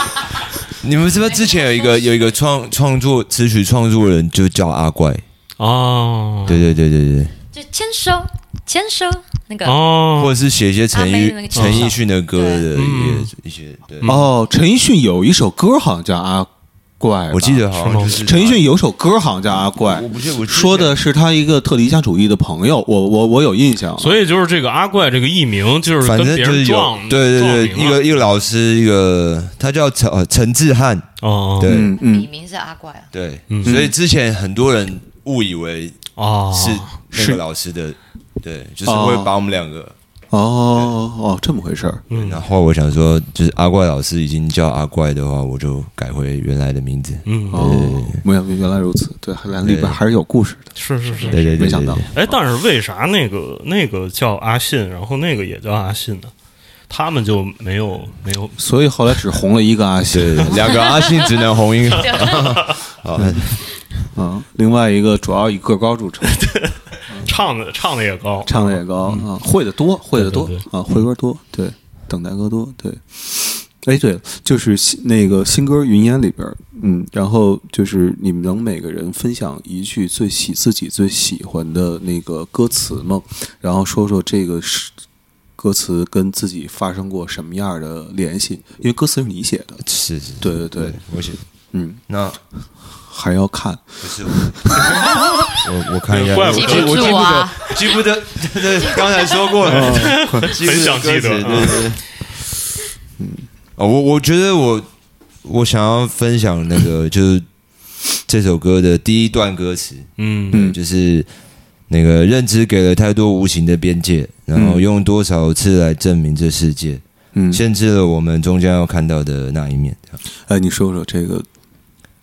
你们知不知道之前有一个有一个创创作词曲创作人就叫阿怪？哦对对对对对，就牵手牵手那个，哦，或者是写一些陈阿妹奕的那个陈奕迅的歌的一些一些，对，哦，陈奕迅有一首歌好像叫阿怪吧，我记得好像就是陈奕迅有首歌好像叫阿怪我，不是我说的是他一个特理想主义的朋友，我我我有印象。所以就是这个阿怪这个艺名，就是反跟正别就是人有撞，对对撞对，名一了个一个老师，一个他叫陈呃陈志汉，哦，对嗯笔嗯，名是阿怪啊，对，所以之前很多人误以为哦，是那是个老师的，对，就是会把我们两个。哦哦，这么回事儿。然后我想说，就是阿怪老师已经叫阿怪的话，我就改回原来的名字。嗯，哦，没有，原来如此。对，来里边还是有故事的，是是是。对对对，没想到对。哎，但是为啥那个那个叫阿信，然后那个也叫阿信呢？他们就没有没有所以后来只红了一个阿信。对对，对两个阿信只能红 一个。好，嗯，另外一个主要以个高著称，唱的唱的也高，唱的也高啊，会的多，会的多对啊，会歌多，对，等待歌多，对。哎，对，就是新那个新歌《云烟》里边儿，嗯，然后就是你们能每个人分享一句最喜自己最喜欢的那个歌词吗？然后说说这个是歌词跟自己发生过什么样的联系？因为歌词是你写的，是是，对对对对，，我写。嗯，那还要看，不是我，我我看一下，怪我不记得记不我记住啊不得，记不得，对对，刚才说过了， 记不很想记得歌词对嗯对对。嗯，啊，我我觉得我我想要分享那个就是这首歌的第一段歌词，嗯嗯就是那个认知给了太多无形的边界，然后用多少次来证明这世界，嗯，限制了我们终将要看到的那一面。哎，你说说这个，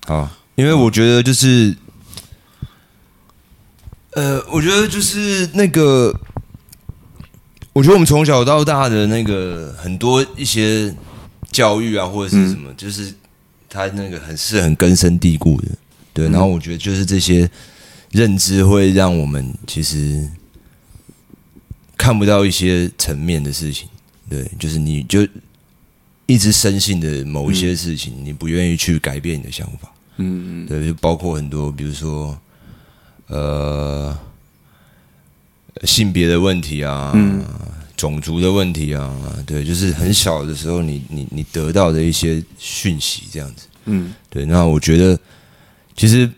好，因为我觉得就是，呃，我觉得就是那个，我觉得我们从小到大的那个很多一些教育啊，或者是什么，就是它那个很是很根深蒂固的，对。然后我觉得就是这些认知会让我们其实看不到一些层面的事情，对，就是你就一直深信的某一些事情，你不愿意去改变你的想法。嗯对，就包括很多，比如说，呃，性别的问题啊，嗯种族的问题啊，对，就是很小的时候你，你你得到的一些讯息这样子。嗯对，那我觉得其实，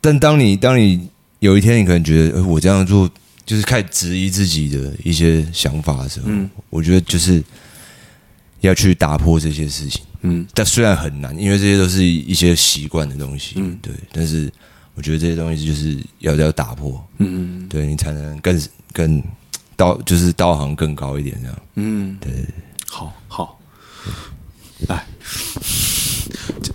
但当你当你有一天你可能觉得，呃我这样做就是开始质疑自己的一些想法的时候，嗯我觉得就是要去打破这些事情。嗯但虽然很难，因为这些都是一些习惯的东西，嗯对。但是我觉得这些东西就是要要打破，嗯对你才能更更道就是道行更高一点这样。嗯，对，好好，来，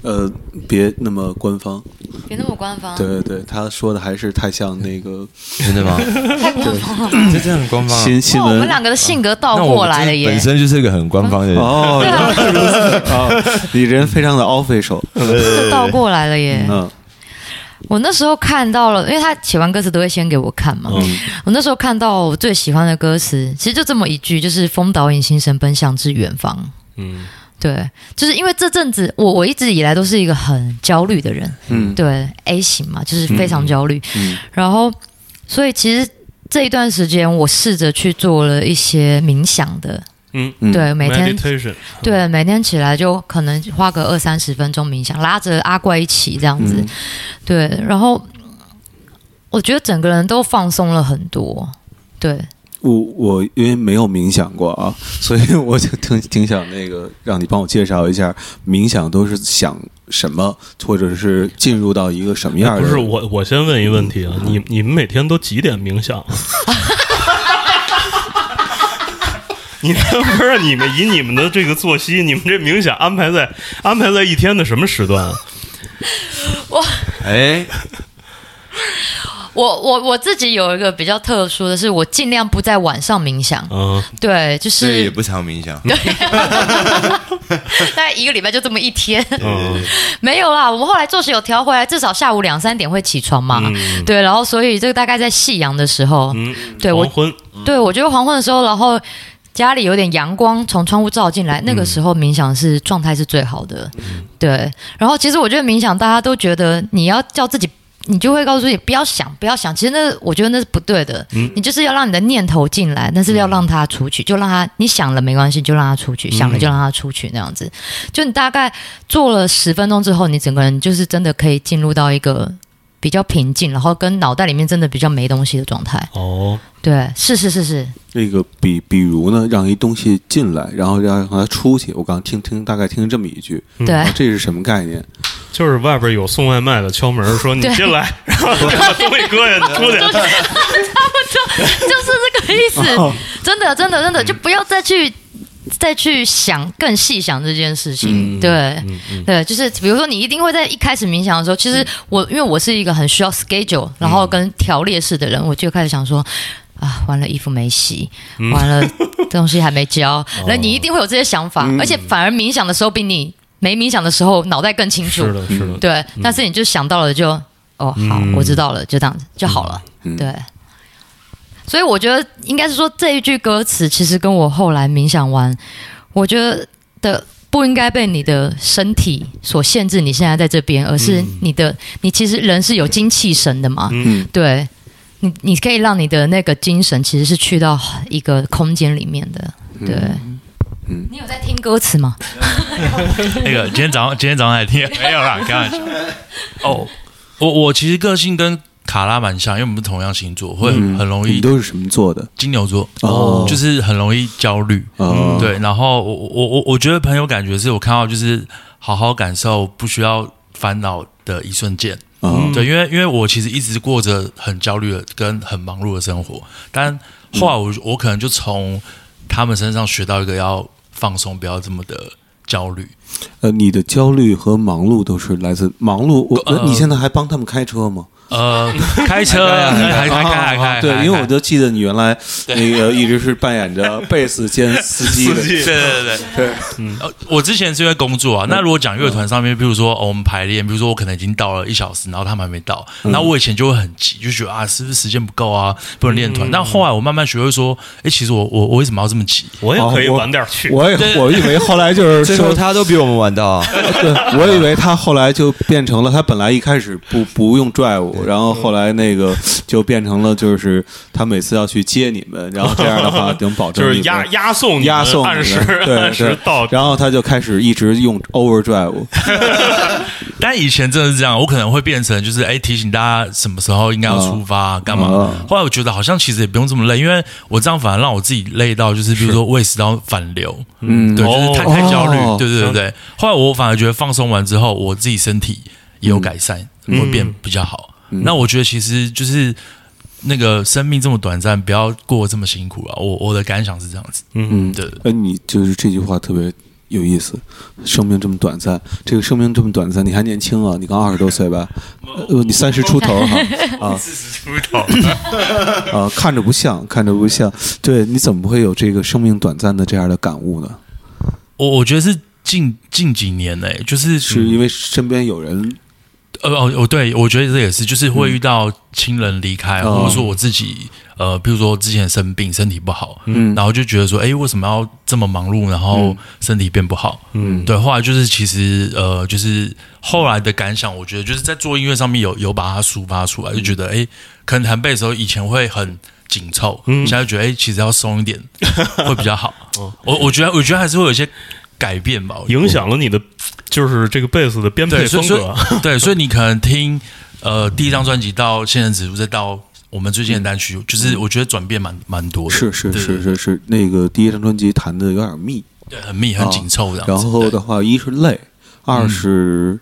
呃，别那么官方，别那么官方，对对对，他说的还是太像那个真的吗？太官方了。这真的很官方啊。新新哇，我们闻两个的性格倒那我过来就了是耶本！身就是一个很官方的人。哦，原来如 此啊，你人非常的 official，这倒过来了耶！嗯我那时候看到了，因为他写完歌词都会先给我看嘛。嗯我那时候看到我最喜欢的歌词，其实就这么一句，就是“风导引心神奔向至远方”。嗯，对，就是因为这阵子我我一直以来都是一个很焦虑的人，嗯，对 A 型嘛，就是非常焦虑。嗯然后，所以其实这一段时间，我试着去做了一些冥想的，嗯，嗯对，每天 meditation，对每天起来就可能花个二三十分钟冥想，拉着阿怪一起这样子，嗯对，然后我觉得整个人都放松了很多，对，我我因为没有冥想过啊，所以我就挺挺想那个让你帮我介绍一下冥想都是想什么，或者是进入到一个什么样的？哎不是我，我先问一个问题啊，嗯你你们每天都几点冥 想？ 你们不是你们以你们的这个作息，你们这冥想安排在安排在一天的什么时段啊？哎，我我我自己有一个比较特殊的是，我尽量不在晚上冥想，嗯，对，就这个也是不常冥 想。 大概一个礼拜就这么一天，嗯 没有啦。我们后来作息有调回来，至少下午两三点会起床嘛，嗯对，然后所以这个大概在夕阳的时候，嗯，哎对我黄昏，对我觉得黄昏的时候，然后。家里有点阳光从窗户照进来，那个时候冥想是状态是最好的，对。然后其实我觉得冥想，大家都觉得你要叫自己，你就会告诉自己不要想，不要想。其实那我觉得那是不对的，你就是要让你的念头进来，但是要让它出去，就让它你想了没关系，就让它出去，想了就让它出去那样子。就你大概做了十分钟之后，你整个人就是真的可以进入到一个比较平静，然后跟脑袋里面真的比较没东西的状态。哦，对，是是是是。那个比比如呢，让一东西进来，然后让让它出去。我刚听听大概听这么一句，对啊这是什么概念？就是外边有送外卖的敲门说你对进来，然后把东西搁下，出去。就是这个意思，真的，真的，真的，就不要再去再去想更细想这件事情。对，对，就是比如说你一定会在一开始冥想的时候，其实我因为我是一个很需要 schedule，然后跟条列式的人，我就开始想说。啊，完了，衣服没洗，完了，东西还没交，那你一定会有这些想法，而且反而冥想的时候比你没冥想的时候脑袋更清楚是。的，是嗯的，对，但是你就想到了就哦，好，我知道了，就这样子就好了。嗯对，所以我觉得应该是说这一句歌词，其实跟我后来冥想完，我觉得的不应该被你的身体所限制，你现在在这边，而是嗯你的、你其实人是有精气神的嘛，嗯对。你你可以让你的那个精神其实是去到一个空间里面的，嗯对。你有在听歌词吗？那个今天早上，今天早上还 听，没有啦，开玩笑。哦，我我其实个性跟卡拉蛮像，因为我们是同样星座，会很很容嗯你易都是什么做的？金牛座，哦就是很容易焦虑。哦嗯对，然后我我我我觉得朋友感觉是我看到就是好好感受，不需要烦恼的一瞬间。哦对，因为因为我其实一直过着很焦虑的跟很忙碌的生活，但后来我、我可能就从他们身上学到一个要放松，不要这么的焦虑。呃，你的焦虑和忙碌都是来自忙碌。我、呃你现在还帮他们开车 吗？呃，开车还还开还开，还对，因为我开就记得你原来那个一直是扮演着贝斯兼司机 的。对对对对，嗯，呃我之前是因为工作啊。那如果讲乐团上面，比如说、哦我们排练，比如说我可能已经到了一小时，然后他们还没到，然后我以前就会很急，就觉得啊，是不是时间不够啊，不能练团。但后来我慢慢学会说，哎，其实我我我为什么要这么急？我也哦可以晚点去。我也我以为后来 就是最后说，他都比我们晚到 啊。对，我以为他后来就变成了，他本来一开始不不用拽我，然后后来那个就变成了，就是他每次要去接你们，然后这样的 话能保证 就是你们押押送你们押送你按们时 对按时对到，然后他就开始一直用 overdrive，但以前真的是这样，我可能会变成就是哎提醒大家什么时候应该要出发、啊、干嘛。嗯后来我觉得好像其实也不用这么累，因为我这样反而让我自己累到就是比如说胃食道反流，嗯，对，就是太哦太焦虑，哦对对对对。后来我反而觉得放松完之后，我自己身体也有改善，会变比较好。那我觉得其实就是。那个生命这么短暂，呃不要过得这么辛苦啊！我我的感想是这样子，嗯，对，哎，你就是这句话特别有意思，生命这么短暂，这个生命这么短暂，你还年轻啊，你刚二十多岁吧，呃，你三十出头哈，啊，出头，啊，看着不像，看着不像，对，你怎么会有这个生命短暂的这样的感悟呢？我我觉得是近近几年呢、就是是因嗯为身边有人呃哦哦，对，我觉得这也是，就是会遇到亲人离开，嗯哦或者说我自己，呃，比如说之前生病，身体不好，嗯然后就觉得说，哎，为什么要这么忙碌，然后身体变不好？嗯，对，后来就是其实呃，就是后来的感想，我觉得就是在做音乐上面有有把它抒发出来，就觉得哎，诶可能弹贝的时候以前会很。紧凑，嗯现在觉得哎、诶其实要松 一点会比较好。哦我我觉得，我觉得还是会有一些改变吧。我觉得影响了你的就是这个贝斯的编配对，所以风所格。啊以 对，所以你可能听呃第一张专辑到现在指数，再到我们最近的单曲，就是我觉得转变蛮蛮多的，嗯是是对是，是是，那个第一张专辑弹的有点密，对，很密很紧凑这样子。啊然后的对话，一是累，二是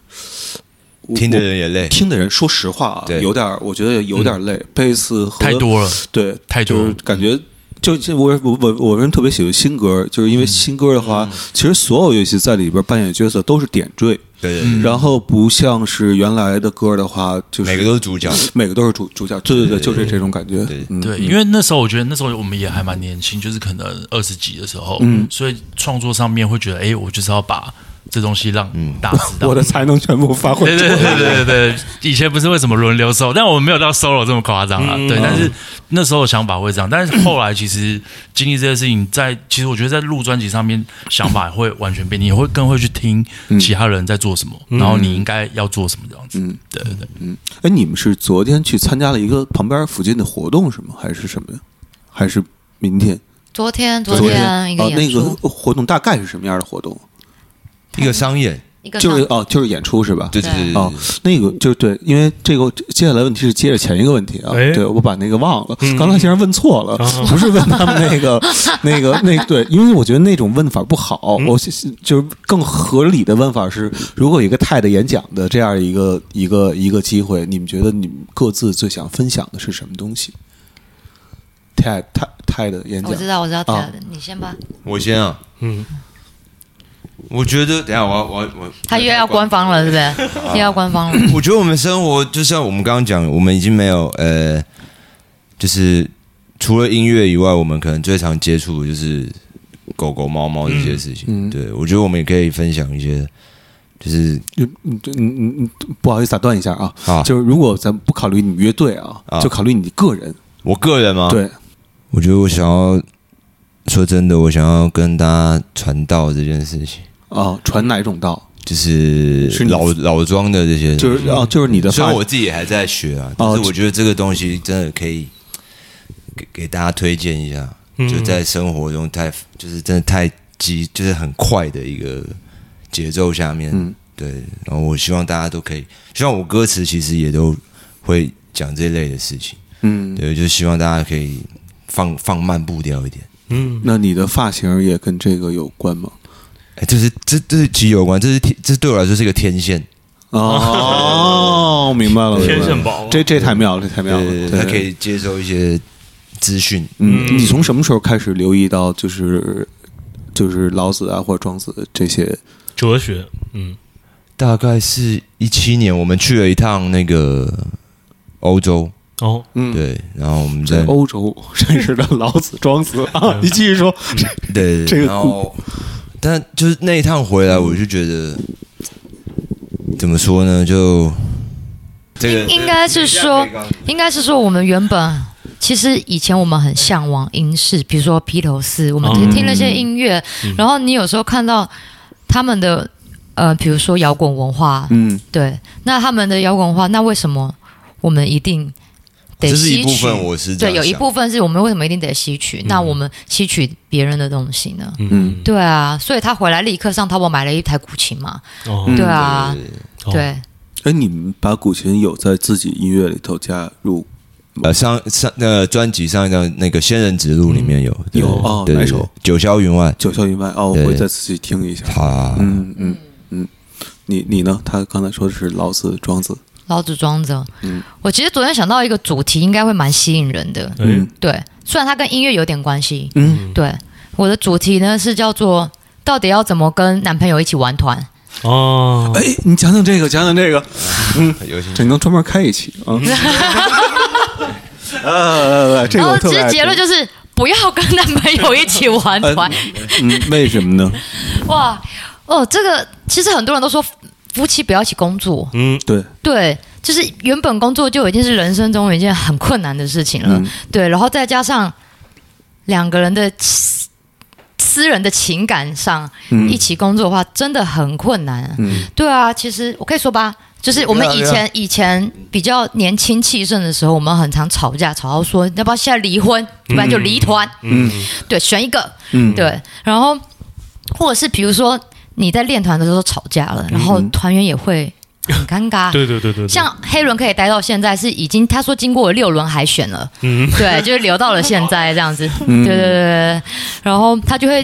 我听的我人也累。听的人，说实话啊，对有点儿我觉得有点儿累，贝斯和太多了，对，太多就是了感觉。就就我我我我人特别喜欢新歌，就是因为新歌的话，其实所有乐器在里边扮演角色都是点缀，对对对，然后不像是原来的歌的话，就是每个都是主角。每个都是主主角，对对对，就是这种感觉对，嗯对，因为那时候我觉得那时候我们也还蛮年轻，就是可能二十几的时候，嗯，所以创作上面会觉得，哎，我就是要把这东西让嗯大 家知道。我的才能全部发 挥对对对对对对，以前不是为什么轮流收，但我们没有到 solo 这么夸张嗯啊。对，但是那时候的想法会这样，但是后来其实经历这些事情在，其实我觉得在录专辑上面想法会完全变，你会更会去听其他人在做什么，嗯然后你应该要做什么这样子。对对对，哎，你们是昨天去参加了一个旁边附近的活动是吗？还是什么呀？还是明天？昨天昨天天一个哦，那演个出，活动大概是什么样的活动？一个商演，一个就是上哦，就是演出是吧？对对对对哦对，那个就是对，因为这个接下来问题是接着前一个问题啊，哎对我把那个忘了，嗯刚才竟然问错了，不是问他们那 个那个那对，因为我觉得那种问法不好，嗯我是就是更合理的问法是，如果有一个泰的演讲的这样一个一个一个机会，你们觉得你们各自最想分享的是什么东西？泰泰泰的演讲我知道我知道，啊你先吧，我先啊，嗯，我觉得，等一下我要我要我他又要官方了，是不 是？啊又要官方了，我觉得我们生活就像我们刚刚讲，我们已经没有呃，就是除了音乐以外，我们可能最常接触的就是狗狗、猫猫这些事情。嗯嗯对，我觉得我们也可以分享一些，就是就嗯对嗯嗯嗯，不好意思打断一下啊，啊，就是如果咱不考虑你乐队啊，啊就考虑你个人，我个人嘛，，对，我觉得我想要说真的，我想要跟大家传道这件事情，啊，传哪种道？就是是你老老庄的这些，就是啊，就是你的虽发然我自己也还在学啊，但哦是我觉得这个东西真的可以给给大家推荐一下，嗯就在生活中太就是真的太急，就是很快的一个节奏下面，嗯对。然后我希望大家都可以，希望我歌词其实也都会讲这类的事情，嗯，对，就希望大家可以放放慢步调一点。嗯，那你的发型也跟这个有关吗？哎，这是这这是极有关，这是天，这对我来说是一个天线，哦， 明白了，明白了天线宝这这太妙了，这太妙对，了，它哦对，可以接收一些资讯，嗯，你从什么时候开始留意到就是就是老子啊或者庄子这些？哲学，嗯，大概是一七年，我们去了一趟那个欧洲，哦，嗯，对，然后我们在在欧洲认识的老子、庄子 啊，你继续说， 对，这个然后，但就是那一趟回来，我就觉得怎么说呢，就这个应该是说，应该是说我们原本。其实以前我们很向往英式，比如说披头士，我们嗯听听那些音乐，然后你有时候看到他们的呃，比如说摇滚文化，嗯，对，那他们的摇滚文化，那为什么我们一定得这是吸取？一部分，我是这对，有样一想嗯部分是我们为什么一定得吸取？那我们吸取别人的东西呢？嗯，对啊，所以他回来立刻上淘宝买了一台古琴嘛。哦，对啊，哦，对，嗯哎，你们把古琴有在自己音乐里头加入呃上上呃专辑上一张那个《仙人指路》里面有对有哦对哪对首对九霄云外九霄云外？哦，我对会再仔细听一下。啊，嗯嗯嗯，你你呢？他刚才说的是老子、庄子，老子装着。我其实昨天想到一个主题，应该会蛮吸引人的。哎，对，虽然它跟音乐有点关系。嗯对，我的主题呢是叫做到底要怎么跟男朋友一起玩 团？哦，哎，你讲讲这个，讲讲这个，嗯有兴趣嗯这能专门开一期啊。 呃，呃这然个后我特哦别其实爱结论听就是不要跟男朋友一起玩 团。嗯，为什么 呢？哇，哦，这个其实很多人都说夫妻不要一起工作，嗯，对，对，就是原本工作就已经是人生中一件很困难的事情了，嗯对，然后再加上两个人的私私人的情感上、嗯一起工作的话，真的很困难。嗯啊对啊，其实我可以说吧，就是我们以前、以前比较年轻气盛的时候，我们很常吵架，吵到说要不要现在离婚，不然就离团，嗯对，选一个，嗯，对，然后或者是比如说你在练团的时候吵架嗯了，然后团员也会很尴尬，对对对对，对像黑轮可以待到现在是已经，他说经过了六轮海选了，嗯，对，就是留到了现在这样子，对对对对对，然后他就会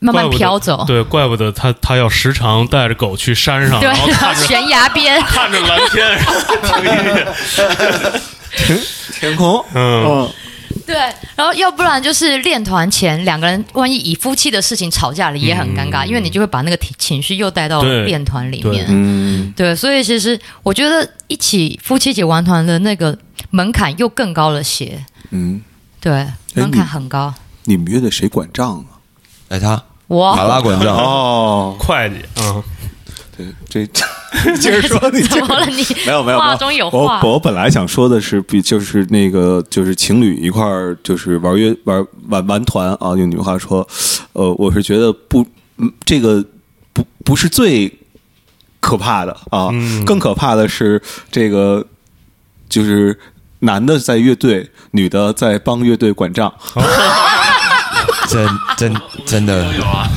慢怪慢不得飘走，对，怪不得他他要时常带着狗去山上，对，然后 然后看啊着悬崖边，看着蓝天， 然后听音乐，天空，嗯，嗯对，然后要不然就是练团前两个人万一以夫妻的事情吵架了也很尴尬，因为你就会把那个情情绪又带到嗯对练团里面，嗯，对，所以其实我觉得一起夫妻一起玩团的那个门槛又更高了些，嗯，对，哎你门槛很高，你们乐队谁管账啊？哎，他我马拉管账，哦，会计，嗯，对，这接着 说，你接怎着么了你？没有没有，话中有我话。我本来想说的是，比就是那个就是情侣一块儿就是玩约玩玩玩团啊，用你们话说，呃，我是觉得不，嗯这个不不是最可怕的啊，更可怕的是这个就是男的在乐队，女的在帮乐队管账，真真真的，啊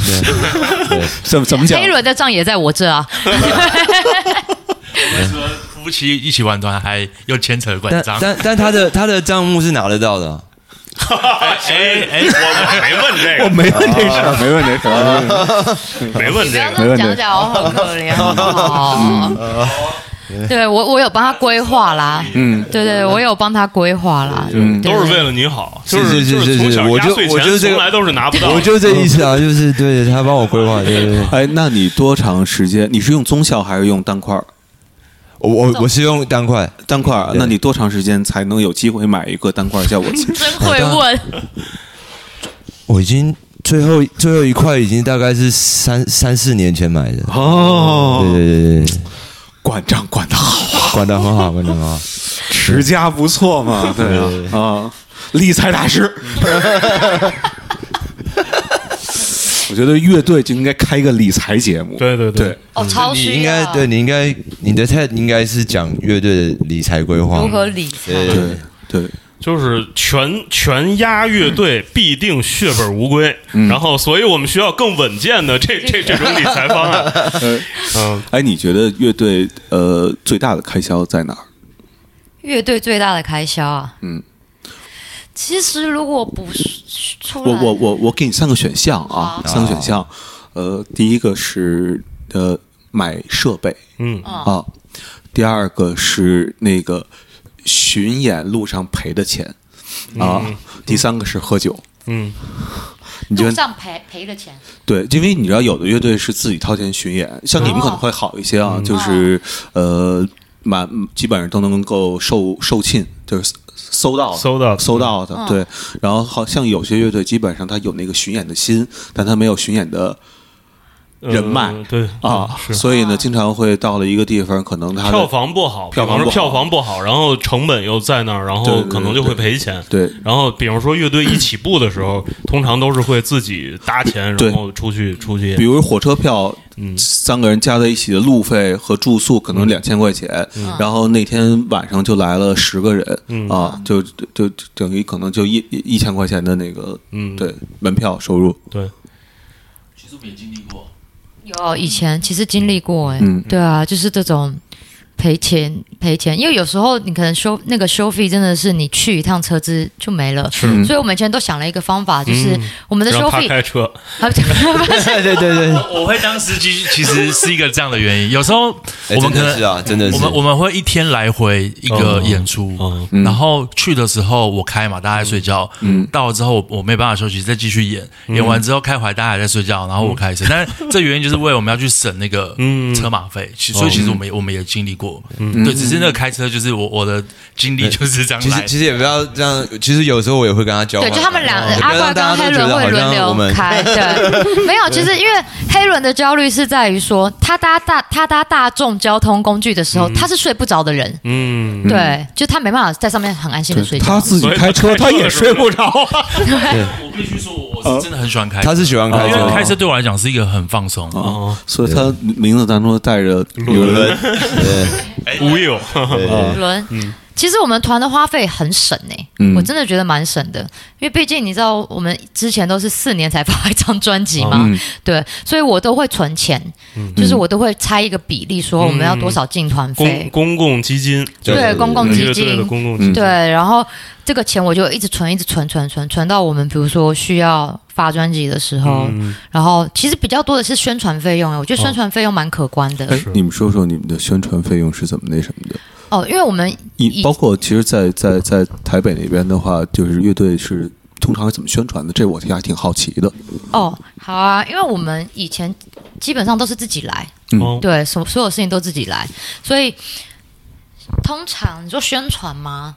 对，怎么怎么讲黑？人的账也在我这啊，嗯说啊夫妻一起玩团还又牵扯管但账，但但他的他的账目是拿得到的啊，哎哎，我没问这我 没问这事儿，没问这事儿没问这事儿，个，没问这不要个，这样讲讲，我好可怜哦。对我，我有帮他规划啦，嗯，对对，我有帮他规划啦，嗯，对都是为了你好，就是是就是从是小我压就岁我就钱这个从来都是拿不到的，我就这意思啊，就是对他帮我规划，对对对，哎，那你多长时间？你是用中校还是用单块儿？我我我是用单块，单块儿，啊那你多长时间才能有机会买一个单块儿效果器？ 真会问，我已经最后最后一块已经大概是三三四年前买的，哦对对对对，管账管得好，管得很好，管得很哦好， 持家不错嘛， 对啊，啊，理财大师。 我觉得乐队就应该开一个理财节目，对对对对，哦，超你需应该要对你应该你的 TED 应该是讲乐队的理财规划，如何理财？对对对，就是全全压乐队必定血本无归，然后所以我们需要更稳健的这这这种理财方案，嗯，哎，你觉得乐队呃最大的开销在哪儿？乐队最大的开销啊，嗯嗯，其实如果不是出来，我我我我给你三个选项啊，好三个选项，呃，第一个是呃买设备，嗯啊，第二个是那个巡演路上赔的钱啊，第三个是喝酒，嗯，你觉路得上赔赔了钱，对？因为你知道有的乐队是自己掏钱巡演，像你们可能会好一些啊，嗯就是呃满基本上都能够售售罄，就是搜到的搜到的搜到的，对。然后好像有些乐队基本上他有那个巡演的心，但他没有巡演的。呃人脉对嗯啊，是所以呢，经常会到了一个地方，可能他的票房不好，票比房方不好说票房不好，然后成本又在那儿，然对对后对可能就会赔钱。对然后比方说乐队一起步的时候，通常都是会自己搭钱，对然后出去出去比。如火车票，嗯三个人加在一起的路费和住宿可能两千块钱，嗯然后那天晚上就来了十个人、啊，就就就等于可能就一一一千块钱的那个，嗯对，门票收入，对，其实我们也经历过，有以前其实经历过哎、嗯对啊，就是这种赔钱赔钱，因为有时候你可能修那个修费真的是你去一趟车资就没了，所以我们以前都想了一个方法，就是嗯我们的修让他费， 开车，对对对，我 会当司机，其实是一个这样的原因。有时候哎我们可真的能是啊真的是哦我们我们会一天来回一个演出，嗯然后去的时候我开嘛，大家在睡觉，到了之后我我没办法休息，再继续演，嗯演完之后开回来大家还在睡觉，然后 我开车。但是这原因就是为了我们要去省那个车马费，哦其所以其实我们也我们也经历过，嗯对，只是那个开车就是我我的经历就是这样其来实。其实也不要这样，其实有时候我也会跟他交对，换，就他 们俩也，不阿怪要让跟大家黑都觉伦得会好轮像我流们开， 对，没有，其实因为黑伦的焦虑是在于说，他搭大他搭大众交通工具的时嗯候，他是睡不着的人，嗯，对，就他没办法在上面很安心的睡觉。他自己开车，他也睡不着啊。我必须说，我是真的很喜欢开车，哦他是喜欢开因车为，开车对我来讲是一个很放松。啊啊所以他名字当中带着有人轮，对哎无有，对对轮。其实我们团的花费很省呢、嗯我真的觉得蛮省的，因为毕竟你知道，我们之前都是四年才发一张专辑嘛，对，所以我都会存钱，就是我都会拆一个比例，说我们要多少进团公费，公共基金，对对，公共基乐队金的，公共基金，对，然后这个钱我就一直存，一直存，存，存，存到我们比如说需要发专辑的嗯时候，然后其实比较多的是宣传费用，欸我觉得宣传费用蛮可观的哎，你们说说你们的宣传费用是怎么那什么的？哦，因为我们你以包括其实在，在在台北那边的话，就是乐队是通常是怎么宣传的？这我还挺好奇的。哦，好啊，因为我们以前基本上都是自己来，嗯哦对，所所有事情都自己来，所以通常你说宣传吗？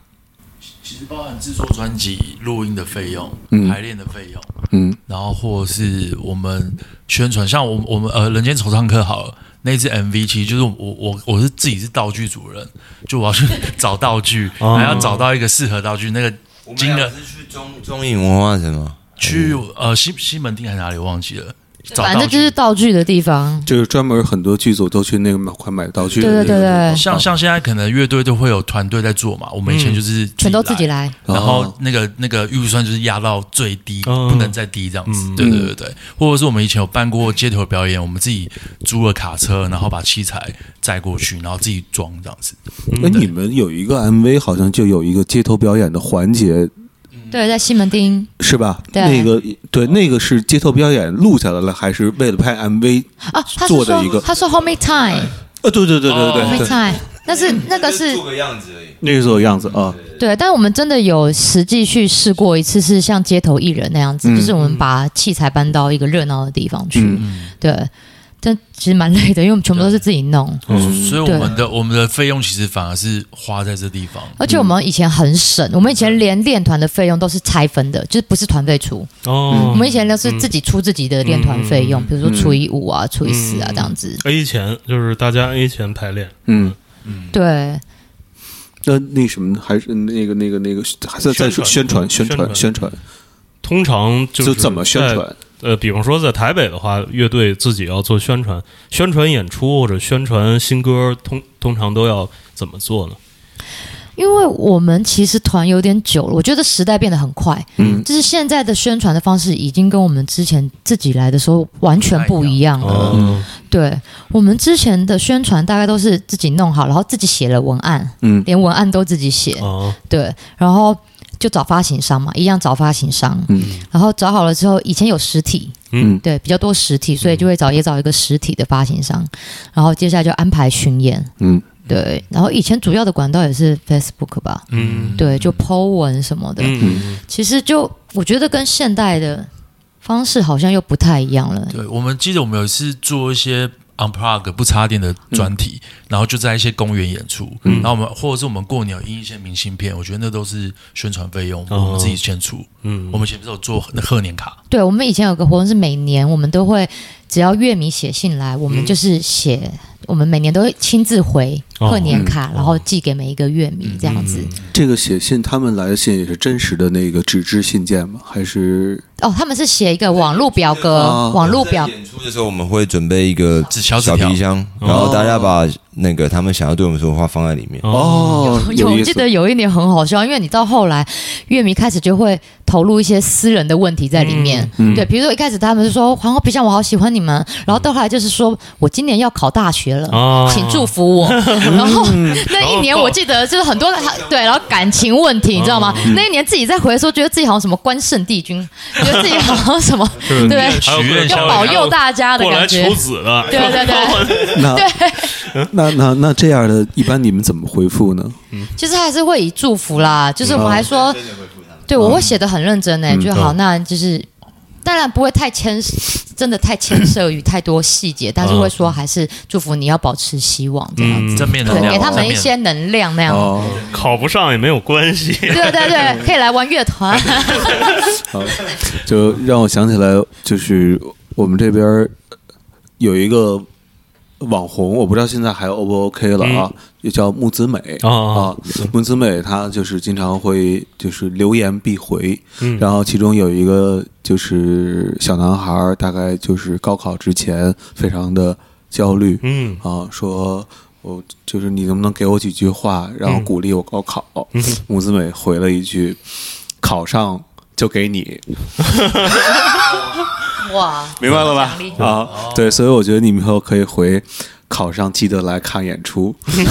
其实包含制作专辑、录音的费用、排练的费用，嗯，然后或是我们宣传，像我们我们呃《人间惆怅客》好了，那支 MV 其实就是我我我是自己是道具主人，就我要去 找道具，还要找到一个适合道具，那个金金的额是去中中影文化城吗？去呃西西门町还是哪里我忘记了，找反道正就具是。道具的地方，就是专门很多剧组都去那个买快买道具的那对个地对方，对对像像现在可能乐队都会有团队在做嘛，我们以前就是嗯全都自己来。然后那个那个预算就是压到最低，哦不能再低这样子。对对对对，或者是我们以前有办过街头表演，我们自己租了卡车，然后把器材载过去，然后自己装这样子。哎，你们有一个 MV，好像就有一个街头表演的环节，对，在西门町是吧？对那个对，那个是街头表演录下来了，还是为了拍 MV？啊，他做是的一个说他说 home made time 呃、对对对对对 home 对 made time，但是那个是做个样子而已。那个是有样子啊，对，但是我们真的有实际去试过一次，是像街头艺人那样子，嗯就是我们把器材搬到一个热闹的地方去，对。但其实蛮累的，因为我们全部都是自己弄，嗯所以我们的我们的费用其实反而是花在这地方。而且我们以前很省，我们以前连练团的费用都是拆分的，就是不是团费出，我哦，们以前都是自己出自己的练团费用，比如说除以五啊、除以四啊这样子， A 钱就是大家 A 钱排练，嗯。对。那那什么，还是那个那个那个，还是在说宣宣传传宣传宣宣传，通常就是就怎么宣在传？呃，比方说在台北的话，乐队自己要做宣传、宣传演出或者宣传新歌，通通常都要怎么做呢？因为我们其实团有点久了，我觉得时代变得很快，嗯，就是现在的宣传的方式已经跟我们之前自己来的时候完全不一样了。哦，对我们之前的宣传大概都是自己弄好，然后自己写了文案，嗯连文案都自己写，哦，对，然后就找发行商嘛，一样找发行商，嗯然后找好了之后，以前有实体，嗯对，比较多实体，所以就会找也找一个实体的发行商，然后接下来就安排巡演，嗯对，然后以前主要的管道也是 Facebook 吧，嗯，对，就 Po 文什么的，嗯，其实就我觉得跟现代的方式好像又不太一样了。对，我们记得我们有一次做一些 unplug 不插电的专题，嗯然后就在一些公园演出，然后我们或者是我们过年有印一些明信片，我觉得那都是宣传费用，我们自己先出。嗯，我们以前不是有做那贺年卡，对，我们以前有个活动是每年我们都会，只要乐迷写信来，嗯我们就是写，我们每年都会亲自回哦贺年嗯卡，然后寄给每一个乐迷这样子。这个写信，他们来的信也是真实的那个纸质信件吗？还是哦，他们是写一个网络表格，哦网络表在演出的时候，我们会准备一个纸小纸小哦条皮箱，然后大家把那个他们想要对我们说的话放在里面。哦， 有，意我思记得有一年很好笑，因为你到后来，乐迷开始就会投投入一些私人的问题在里嗯面。嗯对，比如说一开始他们就说皇后皮相，我好喜欢你们，然后到后来就是说我今年要考大学了，哦请祝福 我。然后嗯那一年我记得就是很多的对，然后感情问嗯题你知道吗？那一年自己在回的时候，觉得自己好像什么关圣帝君，觉得自己好 像什么是对还有许愿还有要保佑大家的过来感觉求。子的，对对对，那那那那这样的，一般你们怎么回复呢？其实还是会以祝福啦，就是我们还说，对我会写的很认真诶、就好，那就是当然不会太牵，真的太牵涉于太多细节，但是会说还是祝福你要保持希望这样子，正面能对，量，给他们一正面些能量那样。哦，嗯考不上也没有关系。 对对对，可以来玩乐团，就让我想起来，就是我们这边儿有一个网红，我不知道现在还 O 不 OK 了啊，也叫木子美啊嗯哦哦。木子美她就是经常会就是留言必回，嗯然后其中有一个就是小男孩儿，大概就是高考之前非常的焦虑，嗯啊，说我就是你能不能给我几句话，然嗯后鼓励我高考？木子美回了一句：“考上就给你。哇，明白了吧奖励”啊，对，所以我觉得你们以后可以回。考上记得来看演 出，对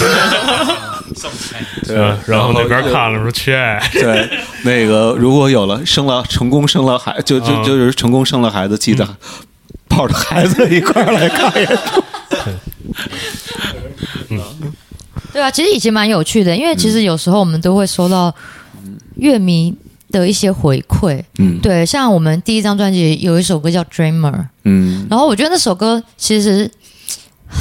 嗯，然后那边就看了说去，对，那个如果有了生了成功生了孩，就就啊就是成功生了孩子，记得抱着孩子一块儿来看演出。对啊，其实以前蛮有趣的，因为其实嗯有时候我们都会收到乐迷的一些回馈。嗯对，像我们第一张专辑有一首歌叫《Dreamer》，嗯然后我觉得那首歌其实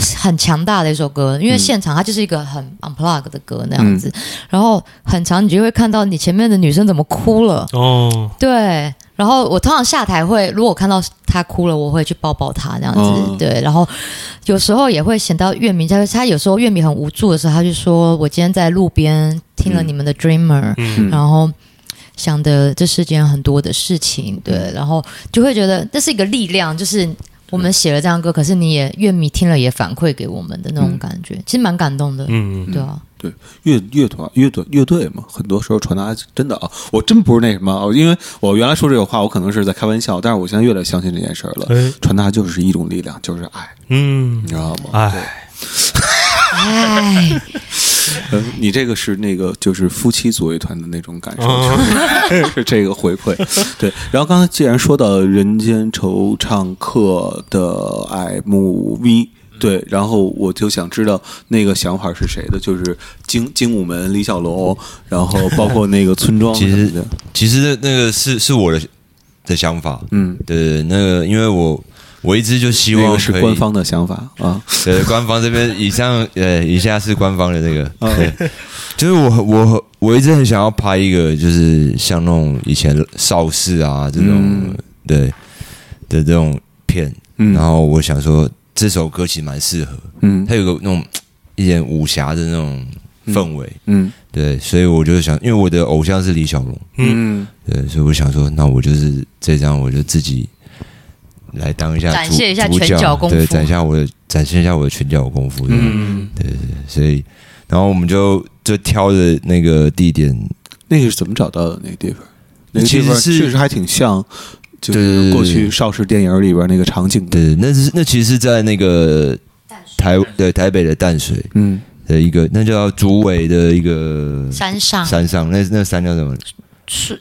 是很强大的一首歌，因为现场它就是一个很 unplug 的歌那样子，嗯然后很长你就会看到你前面的女生怎么哭了，哦，对。然后我通常下台会，如果看到她哭了，我会去抱抱她这样子，嗯对。然后有时候也会想到乐迷，他他有时候乐迷很无助的时候，他就说：“我今天在路边听了你们的 Dreamer，、嗯然后想的这世间很多的事情，对，然后就会觉得这是一个力量，就是我们写了这样歌，可是你也乐迷听了也反馈给我们的那种感觉，其实蛮感动的， 嗯，对啊，对乐乐团、乐队、乐队嘛，很多时候传达真的啊，我真不是那什么啊，因为我原来说这个话，我可能是在开玩笑，但是我现在越来越相信这件事儿了。哎，传达就是一种力量，就是爱，嗯你，知道吗？哎，哎，呃你这个是那个就是夫妻组乐团的那种感受，嗯 就是是这个回馈。对，然后刚才既然说到《人间惆怅客》的 MV。对，然后我就想知道那个想法是谁的，就是精精武门李小龙，然后包括那个村庄什其么实的，其实那那个是是我的的想法，嗯，对，那个因为我我一直就希那望个是可以官，方的想法啊，对，官方这边以上 呃以下是官方的那个，嗯对，就是我我我一直很想要拍一个就是像那种以前邵氏啊这种、嗯对的这种片，嗯然后我想说这首歌其实蛮适合，嗯它有个那种一点武侠的那种氛围，嗯对，所以我就想，因为我的偶像是李小龙。嗯，对，所以我想说，那我就是这张，我就自己来当一下展主现一下主拳角脚功对，夫展现一下我的展现一下我的拳脚功夫。嗯，对对对，所以然后我们就就挑着那个地点，那个是怎么找到的那个地方？那个地方其实是确实还挺像，就对对是对过去邵氏电影里边那个场景的。对，那是那其实是在那个台对台北的淡水嗯，的一个，那叫竹围的一个山上山上，那那山叫什么？树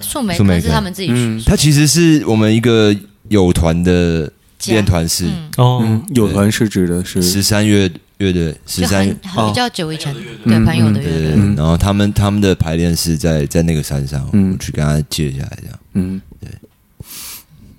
树莓树莓可是干他们自己去它其实是我们一个友团的家练团式，嗯，哦嗯，，有团是指的是十三月乐的十就三很很哦比较久以前对朋友的乐对队，嗯然后他们他们的排练是在在那个山上，嗯我去跟他借下来这样。嗯，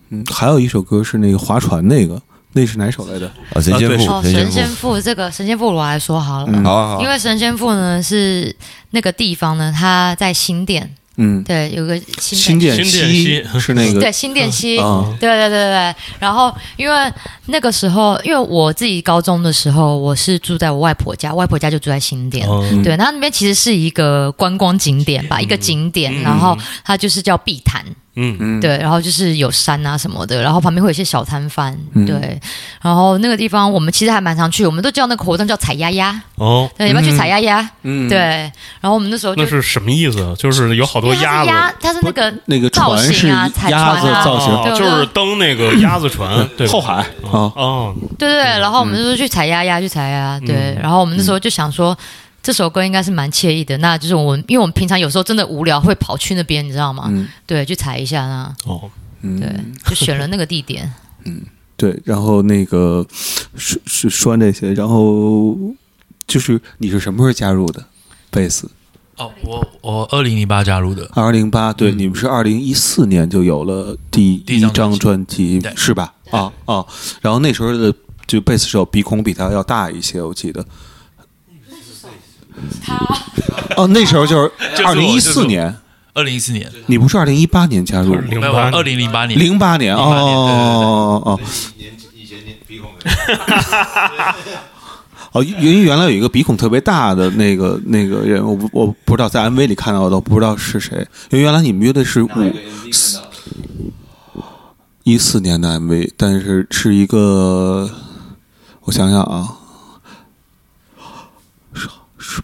嗯，还有一首歌是那个划船那个，那是哪首来着？啊，神仙对赋哦，，神神仙仙赋，赋这个神仙赋我来说好了，嗯好啊好啊，因为神仙赋呢是那个地方呢，它在新店，嗯，对，有个新新店新店西西是那对个新店溪，啊，对对对对对。然后因为那个时候，因为我自己高中的时候，我是住在我外婆家，外婆家就住在新店。哦对，那那边其实是一个观光景点吧，一个景点，然后它就是叫碧潭，嗯嗯，对，然后就是有山啊什么的，然后旁边会有一些小摊贩，嗯对，然后那个地方我们其实还蛮常去，我们都叫那个活动叫踩丫丫，哦，对，你们要去踩丫丫，嗯对，然后我们那时候就那是什么意思啊？就是有好因多为它鸭是鸭子，，它是那个那个造船是型啊，踩船鸭子啊，造型哦对我就是就登那个鸭子船，对吧后海啊，哦，对对，嗯对然后我们就说去踩丫丫，去踩丫丫，对。然后我们那时候就想说，这首歌应该是蛮惬意的。那就是我们，因为我们平常有时候真的无聊，会跑去那边，你知道吗？嗯对，去踩一下啊，哦，对，就选了那个 地点。对，然后那个是是拴这些，然后就是你是什么时候加入的？贝斯哦，我我二零零八加入的，二零零八，对，你们是二零一四年就有了第第一一张张专辑对是吧？啊啊，然后那时候的就贝斯手鼻孔比他要大一些，我记得。哦，那时候就是这二是零我一这是四我年，二零一四年，你不是二零一八年加入吗？零没有啊八二零零八年，零八年哦08年哦哦哦年以前年鼻孔 哦，因因为原来有一个鼻孔特别大的那个那个人，我不我不知道在 MV 里看到的，我不知道是谁。因为原来你们乐队是五一四年的 MV，但是是一个，我想想啊，是是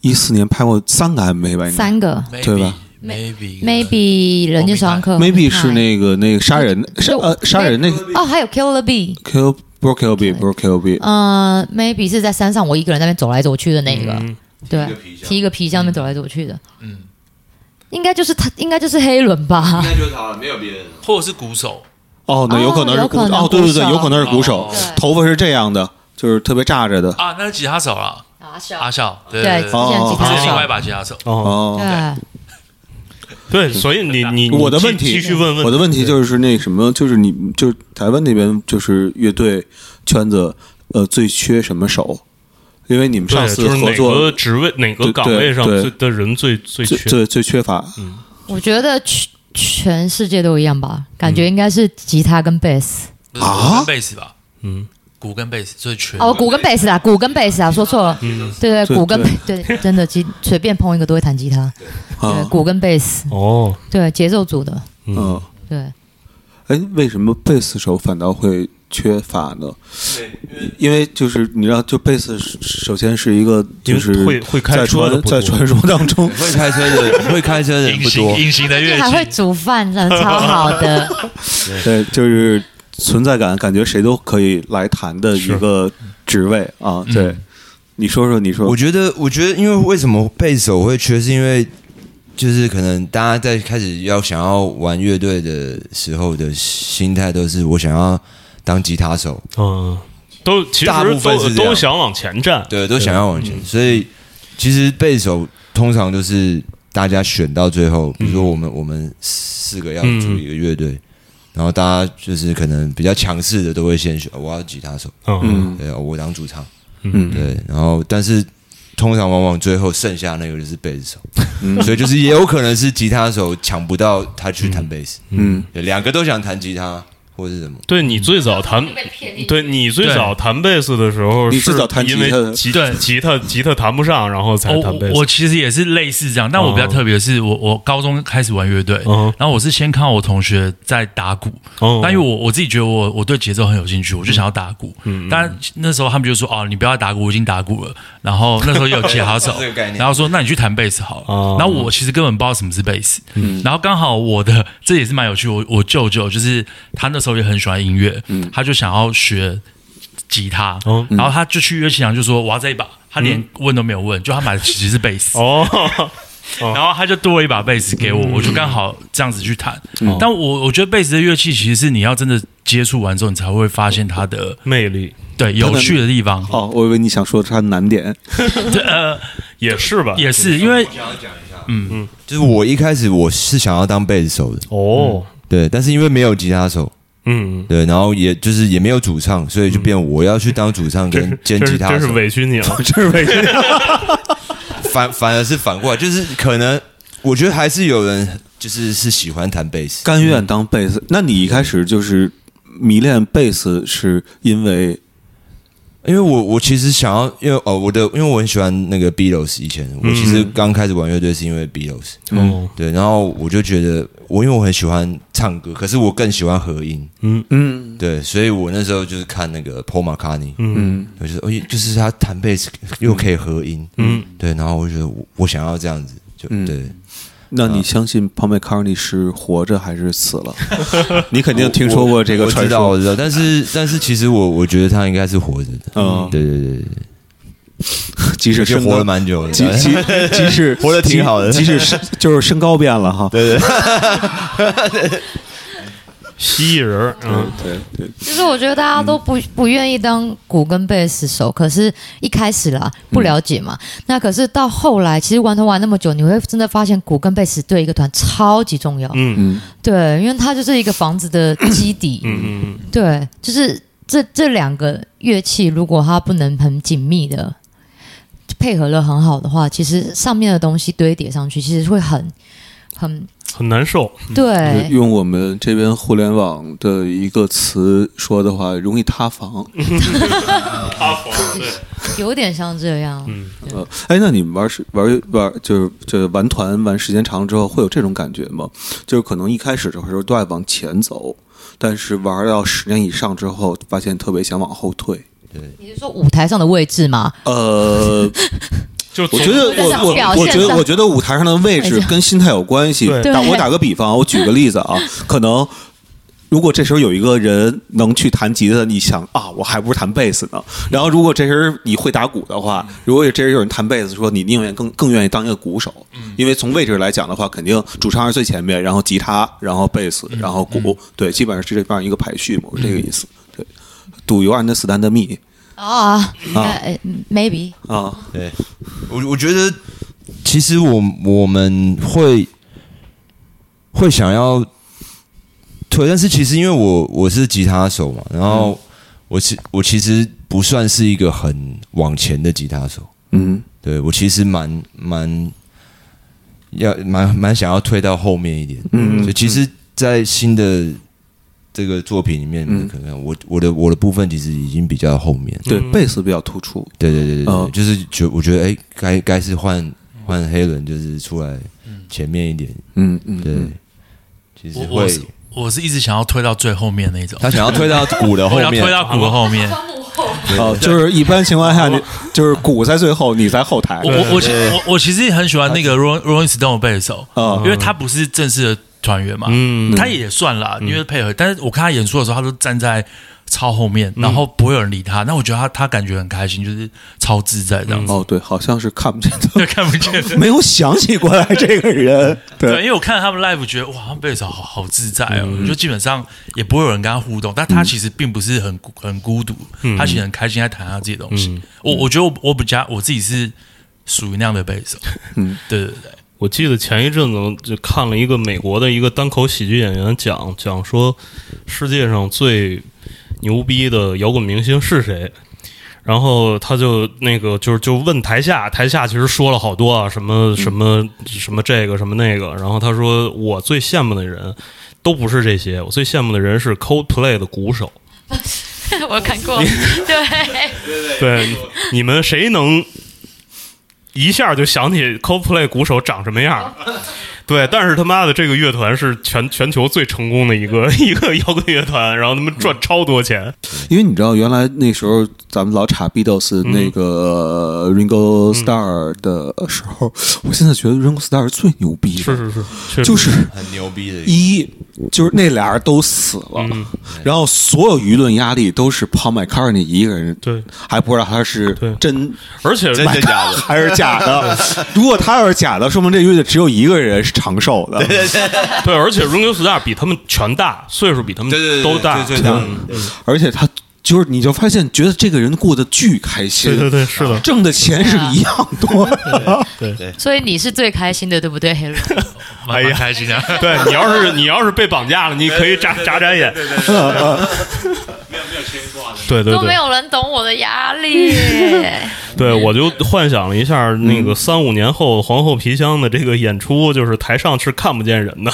一四年拍过三个 MV 吧？应该三个 Maybe，对吧？Maybe ，maybe 人间上课 maybe 是那个那个杀人杀就呃杀人那个哦，还有 Kill the Bee， Kill 不是 Kill B 不是 Kill B 嗯，maybe 是在山上，我一个人在那边走来走去的那嗯个，对，提一个皮箱那边走来走去的，嗯，应该就是他，应该就是黑人吧。那就他了，没有别人了。或者是鼓手，哦，那有可能是有鼓可能哦，对对对，鼓手有可能是鼓手哦，对头发是这样的，就是特别炸着的。啊，那是吉他手啦，阿笑阿笑，对对，对之对，哦前吉这他是另外一手，把吉他手，哦，哦，对。对，所以你你你我的继问题继续问问我的问题就是那什么，就是你就是台湾那边就是乐队圈子呃最缺什么手？因为你们对上次就合是哪个作职位哪个对岗位上对最的人最最最缺最最缺乏我觉得全全世界都一样吧，感觉应该是吉他跟贝斯、就是鼓跟贝斯吧，嗯嗯，鼓跟贝斯最缺，哦，鼓跟贝斯啦，鼓跟贝斯啊，说错了，对对对，鼓跟对，真的，吉随便碰一个都会弹吉他，对，啊？鼓跟贝斯，哦，对，节奏组的，嗯，对，哎，为什么贝斯手反倒会缺乏呢？因为就是你知道，就贝斯首先是一个就是因为会会开在车传的不在多传说当中 会开车 的人，会开车的人隐不形多。隐形的乐还会器，煮饭，真的超好的，对，就是存在感，感觉谁都可以来谈的一个职位啊。嗯对，你说说，你说，我觉得，我觉得，因为为什么贝斯手会缺，是因为就是可能大家在开始要想要玩乐队的时候的心态都是我想要当吉他手，嗯，都其大部实分都是这样都想往前站，对，都想要往啊嗯前。所以其实贝斯手通常都是大家选到最后，比如嗯说我们我们四个要组一个乐队，然后大家就是可能比较强势的都会先选哦我要吉他手，嗯对，哦我当主唱，嗯，对，然后但是通常往往最后剩下那个就是贝斯手，嗯所以就是也有可能是吉他手抢不到他去弹贝斯，嗯，对两个都想弹吉他或者是什么，对你最早弹，对你最早弹贝斯的时候，你是最早弹吉因他为的吉对吉他吉他弹不上，然后才哦我弹贝我斯我。其实也是类似这样，但我比较特别的是，我我高中开始玩乐队，嗯然后我是先看我同学在打鼓，哦但因为我我自己觉得我我对节奏很有兴趣，我就想要打鼓。嗯但那时候他们就说哦，你不要打鼓，我已经打鼓了。然后那时候也有吉 他手这个概，念然后说那你去弹贝斯好了。哦嗯然后我其实根本不知道什么是贝斯。然后刚好我的这也是蛮有趣，我我舅舅就是他那时候也很喜欢音乐，他就想要学吉他，嗯哦嗯然后他就去乐器行就说我要这一把，他连问都没有问，就他买的其实是贝斯。哦，嗯然后他就多了一把贝斯给我，我就刚好这样子去弹。但我我觉得贝斯的乐器其实是你要真的接触完之后，你才会发现它的魅力对有趣的地方。哦，我以为你想说他的难点，也是吧？也是因为就是我一开始我是想要当贝斯手的，哦，对，但是因为没有吉他手，嗯，对，然后也就是也没有主唱，所以就变我要去当主 唱真嗯跟是兼真吉是他真是手，委屈你了， 真是委屈。反反而是反过来，就是可能我觉得还是有人就是是喜欢弹贝斯，甘愿当贝斯。那你一开始就是迷恋贝斯，是因为因为我我其实想要，因为哦，我的因为我很喜欢那个 Beatles，以前我其实嗯刚开始玩乐队是因为 Beatles，哦，对，然后我就觉得我因为我很喜欢唱歌，可是我更喜欢合音，嗯对，所以我那时候就是看那个 Paul McCartney，嗯我就说，哎，就是他弹贝斯又可以合音，嗯，对，然后我就觉得我我想要这样子，就嗯对，那嗯你相信 Paul McCartney 是活着还是死了？ 你肯定听说过这个我传知道，说我。知道，但是但是其实我我觉得他应该是活着的，嗯嗯，对对对对，即使就身活高了，蛮久的， 即 即即使活得挺即好的即使 身就是身高变了哈。对蜥蜴人儿，嗯，对对，就是我觉得大家都不不愿意当鼓跟贝斯手，可是一开始啦不了解嘛，嗯那可是到后来，其实玩团玩那么久，你会真的发现鼓跟贝斯对一个团超级重要。嗯嗯对，因为它就是一个房子的基底。嗯对，就是这这两个乐器，如果它不能很紧密的配合的很好的话，其实上面的东西堆叠上去，其实会很很很难受，就是嗯对。用我们这边互联网的一个词说的话，容易塌房。塌房，对，有点像这样，嗯呃，哎，那你们玩时玩玩就是就是玩团玩时间长了之后，会有这种感觉吗？就是可能一开始的时候都爱往前走，但是玩到十年以上之后，发现特别想往后退。你是说舞台上的位置吗？呃，就我觉得我我我觉得我觉得舞台上的哎位置跟心态有关系。对打我打个比方，我举个例子啊，可能。如果这时候有一个人能去弹吉他，你想啊，我还不是弹贝斯呢。然后，如果这时候你会打鼓的话，如果这时候有人弹贝斯，说你宁愿更更愿意当一个鼓手，因为从位置来讲的话，肯定主唱是最前面，然后吉他，然后贝斯，然后鼓，对，基本上是这样一个排序嘛，我是这个意思。对，Do you understand me？啊、啊呃 m a y b e 啊，对，我我觉得其实我我们会会想要推，但是其实因为我我是吉他手嘛，然嗯后我其我其实不算是一个很往前的吉他手，嗯对我其实蛮蛮要蛮蛮想要推到后面一点，嗯所以其实，在新的这个作品里面，嗯可能我我的我的部分其实已经比较后面，对，贝斯比较突出，对对对对对，嗯就是觉我觉得哎，该该是换换黑人，就是出来前面一点，嗯嗯，对，嗯其实我会我是我是一直想要推到最后面那种，他想要推到鼓的后我 想面推，到鼓的哦后面。哦，就是一般情哦况下，你就是鼓在最后，你在后台我。我我其我我其实很喜欢那个 Rolling Rolling Stone 的贝斯手，嗯因为他不是正式的团员嘛，嗯他也算啦，因为配合。但是我看他演出的时候，他都站在超后面，然后不会有人理他。那我觉得他他感觉很开心，就是超自在这样子，哦，对，好像是看不见的，对，看不见。 没有想起过来这个 人。对，因对，为我看他们 live，觉得哇，他们贝斯手好好自在哦，就基本上也不会有人跟他互动，但他其实并不是很孤很孤独，他其实很开心在弹他自己的东西。我我觉得我我比较我自己是属于那样的贝斯手，嗯嗯，对对对，我记得前一阵子就看了一个美国的一个单口喜剧演员讲讲说，世界上最牛逼的摇滚明星是谁？然后他就那个就是就问台下，台下其实说了好多啊，什么什么什么这个什么那个。然后他说我最羡慕的人都不是这些，我最羡慕的人是 Coldplay 的鼓手。我看过，对，对，你你们谁能一下就想起 CoPlay 鼓手长什么样 儿？对，但是他妈的这个乐团是全全球最成功的一个 一个摇滚乐团，然后他们赚超多钱。因为你知道，原来那时候咱们老查 Beatles 嗯那个呃 Ringo Starr 的时候，我现在觉得 Ringo Starr 是最牛逼的，是是是，确实就是很牛逼的一一就是那俩人都死了，嗯 然后所有舆论压力都是 Paul McCartney 一个人，对，还不知道他是对真而且真的假的？ 还是假 的？如果他要是假的，说明这乐队只有一个人是长寿的。对，而且 Ringo Starr 比他们全大，岁数比他们对对对都大。对对对嗯而且他就是，你就发现觉得这个人过得巨开心，对对对，是的，挣的钱是一样多的。所以你是最开心的，对不对 h e l o 蛮蛮开心的。对你要 是你要是被绑架了，你可以眨眨眨眼。对对对， 对对都对没，有人懂我的压 力。对，我就幻想了一下那个三五年后皇后皮箱的这个演出，就是台上是看不见 人的，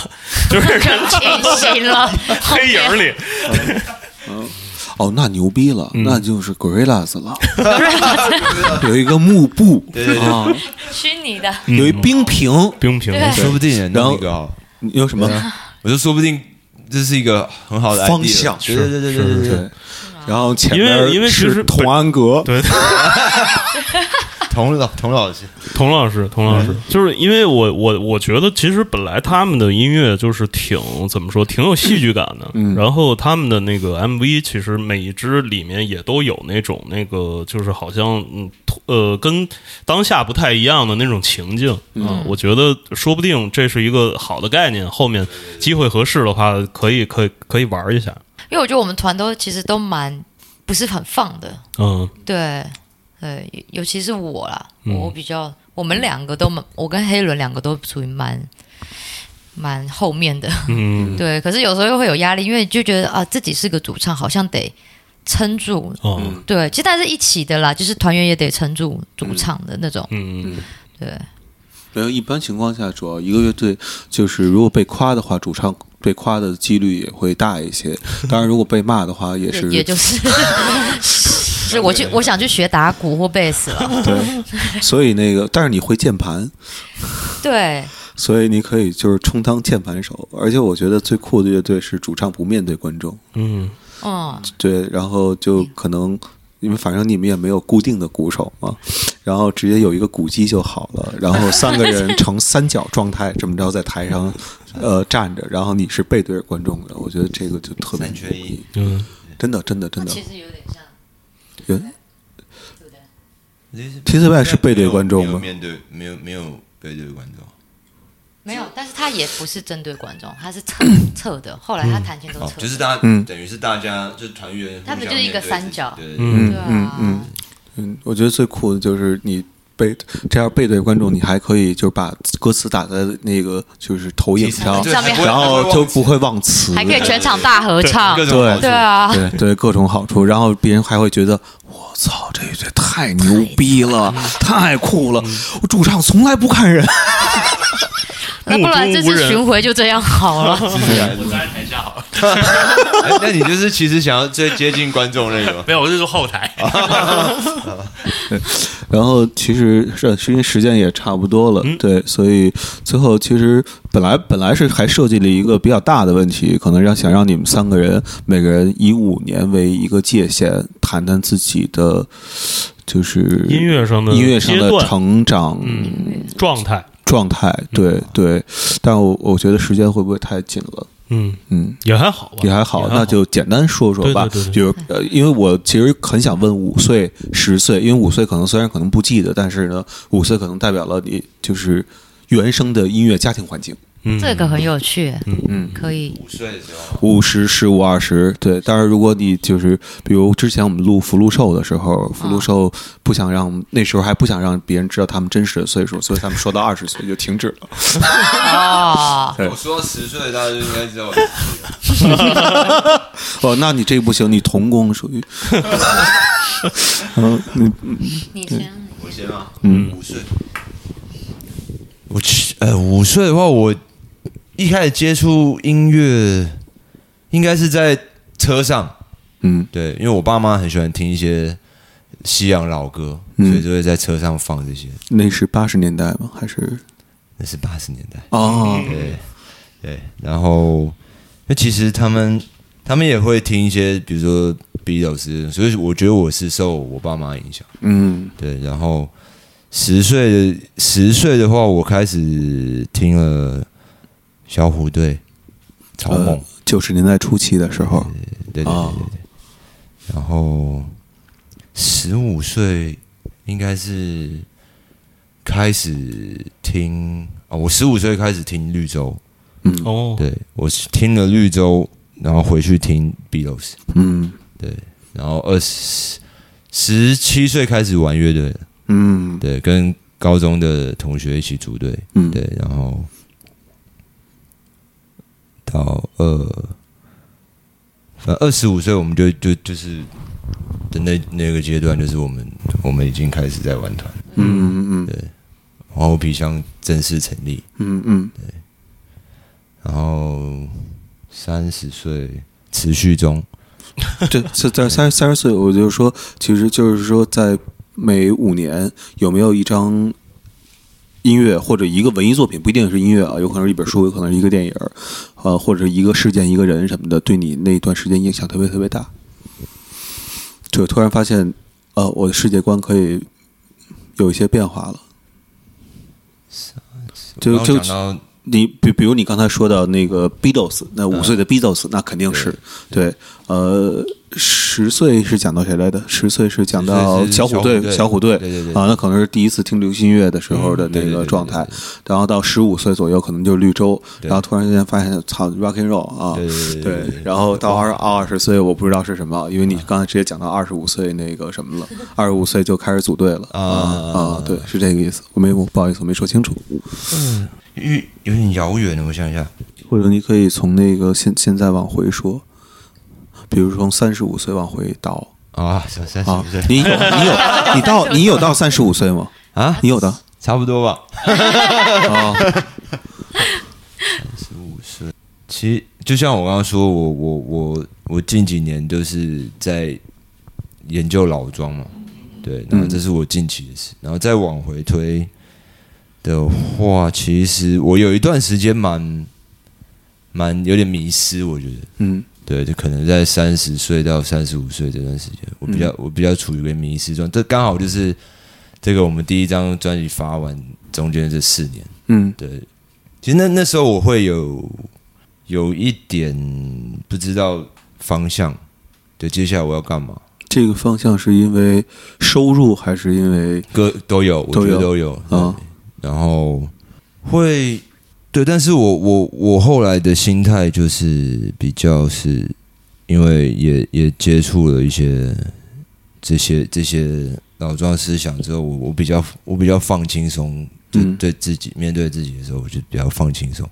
就是人 清醒了，黑影里。哦，那牛逼了，嗯那就是 Gorillas 了，有一个幕布嗯啊，虚拟的，有一冰屏，冰瓶对说不定然后弄一个好，你有什么我就说不定这是一个很好的 idea 方向？对对对对对对对，对，然后前因为面因为其是实同安阁，对，童老童老师，童老师，童老师，就是因为我我我觉得其实本来他们的音乐就是挺怎么说，挺有戏剧感的。嗯然后他们的那个 MV，其实每一支里面也都有那种那个就是好像嗯突呃跟当下不太一样的那种情境啊、嗯我觉得说不定这是一个好的概念，后面机会合适的话，可以可以可以玩一下。因为我觉得我们团都其实都蛮不是很放的，嗯对，对，尤尤其是我啦，嗯我比较，我们两个都蛮，我跟黑伦两个都属于蛮蛮后面的，嗯对。可是有时候又会有压力，因为就觉得啊，自己是个主唱，好像得撑住。哦嗯对，其实它是一起的啦，就是团员也得撑住主唱的那种。嗯对，没有，一般情况下，主要一个乐队就是如果被夸的话，主唱被夸的几率也会大一些。当然，如果被骂的话，也是也也就是 是我去，我想去学打鼓或贝 斯了。对。所以那个，但是你会键盘，对，所以你可以就是充当键盘手。而且我觉得最酷的乐队是主唱不面对观众，嗯嗯，对，然后就可能。因为反正你们也没有固定的鼓手嘛，然后直接有一个鼓机就好了，然后三个人呈三角状态这么着在台上，呃站着，然后你是背对着观众的，我觉得这个就特别三缺一牛逼嗯真的，真的，真的。啊其实啊有点像。有 T C Y 是背对观众没有吗？面对没有没有背对观众，没有，但是他也不是针对观众，他是侧侧的。后来他弹琴都哦侧，的，就是大家嗯等于是大家就是团员，他们就是一个三角对对嗯对嗯啊，嗯嗯，我觉得最酷的就是你背这样背对观众，你还可以就是把歌词打在那个就是投影上，上面然后就不会忘词，还可以全场大合唱各，种对好处对啊，对对各种好处，然后别人还会觉得我操，这这太牛逼了，太酷了！我嗯主唱从来不看人，那不然这目中无次人巡回就这样好了。我在台下好了，哎那你就是其实想要最接近观众那种，没有，我是说后台。然后其实是是因为时间也差不多了，嗯对，所以最后其实本来本来是还设计了一个比较大的问题，可能让想让你们三个人每个人以五年为一个界限，谈谈自己的就是音乐上的音乐上阶的段成长嗯状态，状态，对对。但我我觉得时间会不会太紧了？嗯，嗯，也还好吧，也还好，那就简单说说吧。对对对对就是呃，因为我其实很想问五岁、十岁，因为五岁可能虽然可能不记得，但是呢，五岁可能代表了你就是原生的音乐家庭环境。 嗯这个很有趣，嗯，可以。五岁的时候，五十、十五、二十，对。但是如果你就是比如之前我们录福禄寿的时候，福禄寿不想让那时候还不想让别人知道他们真实的岁数，所以他们说到二十岁就停止了。哦，对我说十岁大家就应该知道我，哦，那你这个不行，你童工属于。嗯，你你先，我先吗？嗯，五岁，我去，呃，五岁的话，我一开始接触音乐应该是在车上，嗯对，因为我爸妈很喜欢听一些西洋老歌，嗯所以就会在车上放这些。那是八十年代吗？还是那是八十年代，哦？对对。然后，那其实他们他们也会听一些，比如说 Beatles，所以我觉得我是受我爸妈影响。嗯对，然后十岁的十岁的话，我开始听了小虎队、草蜢，呃，九十年代初期的时候，对对对对哦对。然后十五岁应该是开始听啊、我十五岁开始听绿洲，嗯哦，对我是听了绿洲，然后回去听 Beatles，嗯然后二十十七岁开始玩乐队了，嗯对，跟高中的同学一起组队，嗯，对，然后到二，呃，二十五岁我们就就就是的那那个阶段，就是我们我们已经开始在玩团，嗯嗯嗯然后皮箱正式成立，嗯嗯然后三十岁持续中，这这在三三十岁，我就说，其实就是说，在每五年有没有一张音乐或者一个文艺作品，不一定是音乐啊，有可能是一本书，有可能是一个电影，呃，或者一个事件、一个人什么的，对你那段时间影响特别特别大。就突然发现，呃，我的世界观可以有一些变化了。就刚刚就讲到你比比如你刚才说到那个 Beatles，那嗯五岁的 Beatles，、那肯定是对。呃，十岁是讲到谁来的？十岁是讲到十岁是小虎队小虎，队小虎队对对对嗯啊，那可能是第一次听流行音乐的时候的那对对个对状态。然后到十五岁左右，可能就是绿洲，然后突然之间发现，操，rock and roll 啊，对对对对对嗯然后到二二十岁，我不知道是什么，因为你刚才直接讲到二十五岁那个什么了，二十五岁就开始组队了啊啊，对，是这个意思。我没我不好意思，我没说清楚。因为有点遥远了，我想一下，或者你可以从那个现现在往回说，比如从三十五岁往回倒啊，三三十啊五岁，你有你有 你到你有到三十五岁吗？啊，你有的差不多吧。啊，其实就像我刚刚说，我我我我近几年都是在研究老庄嘛，对，然后这是我近期的事，然后再往回推的话，其实我有一段时间蛮蛮有点迷失，我觉得，嗯对，就可能在三十岁到三十五岁这段时间，我比较、我比较处于一个迷失状态，这刚好就是这个我们第一张专辑发完中间这四年。嗯对，其实那那时候我会有有一点不知道方向，对，接下来我要干嘛，这个方向是因为收入还是因为歌都有，我觉得都都有啊啊。对然后会对，但是我我我后来的心态就是比较是因为也也接触了一些这些这些老庄思想之后，我我比较我比较放轻松，就嗯对自己、面对自己的时候，我就比较放轻松。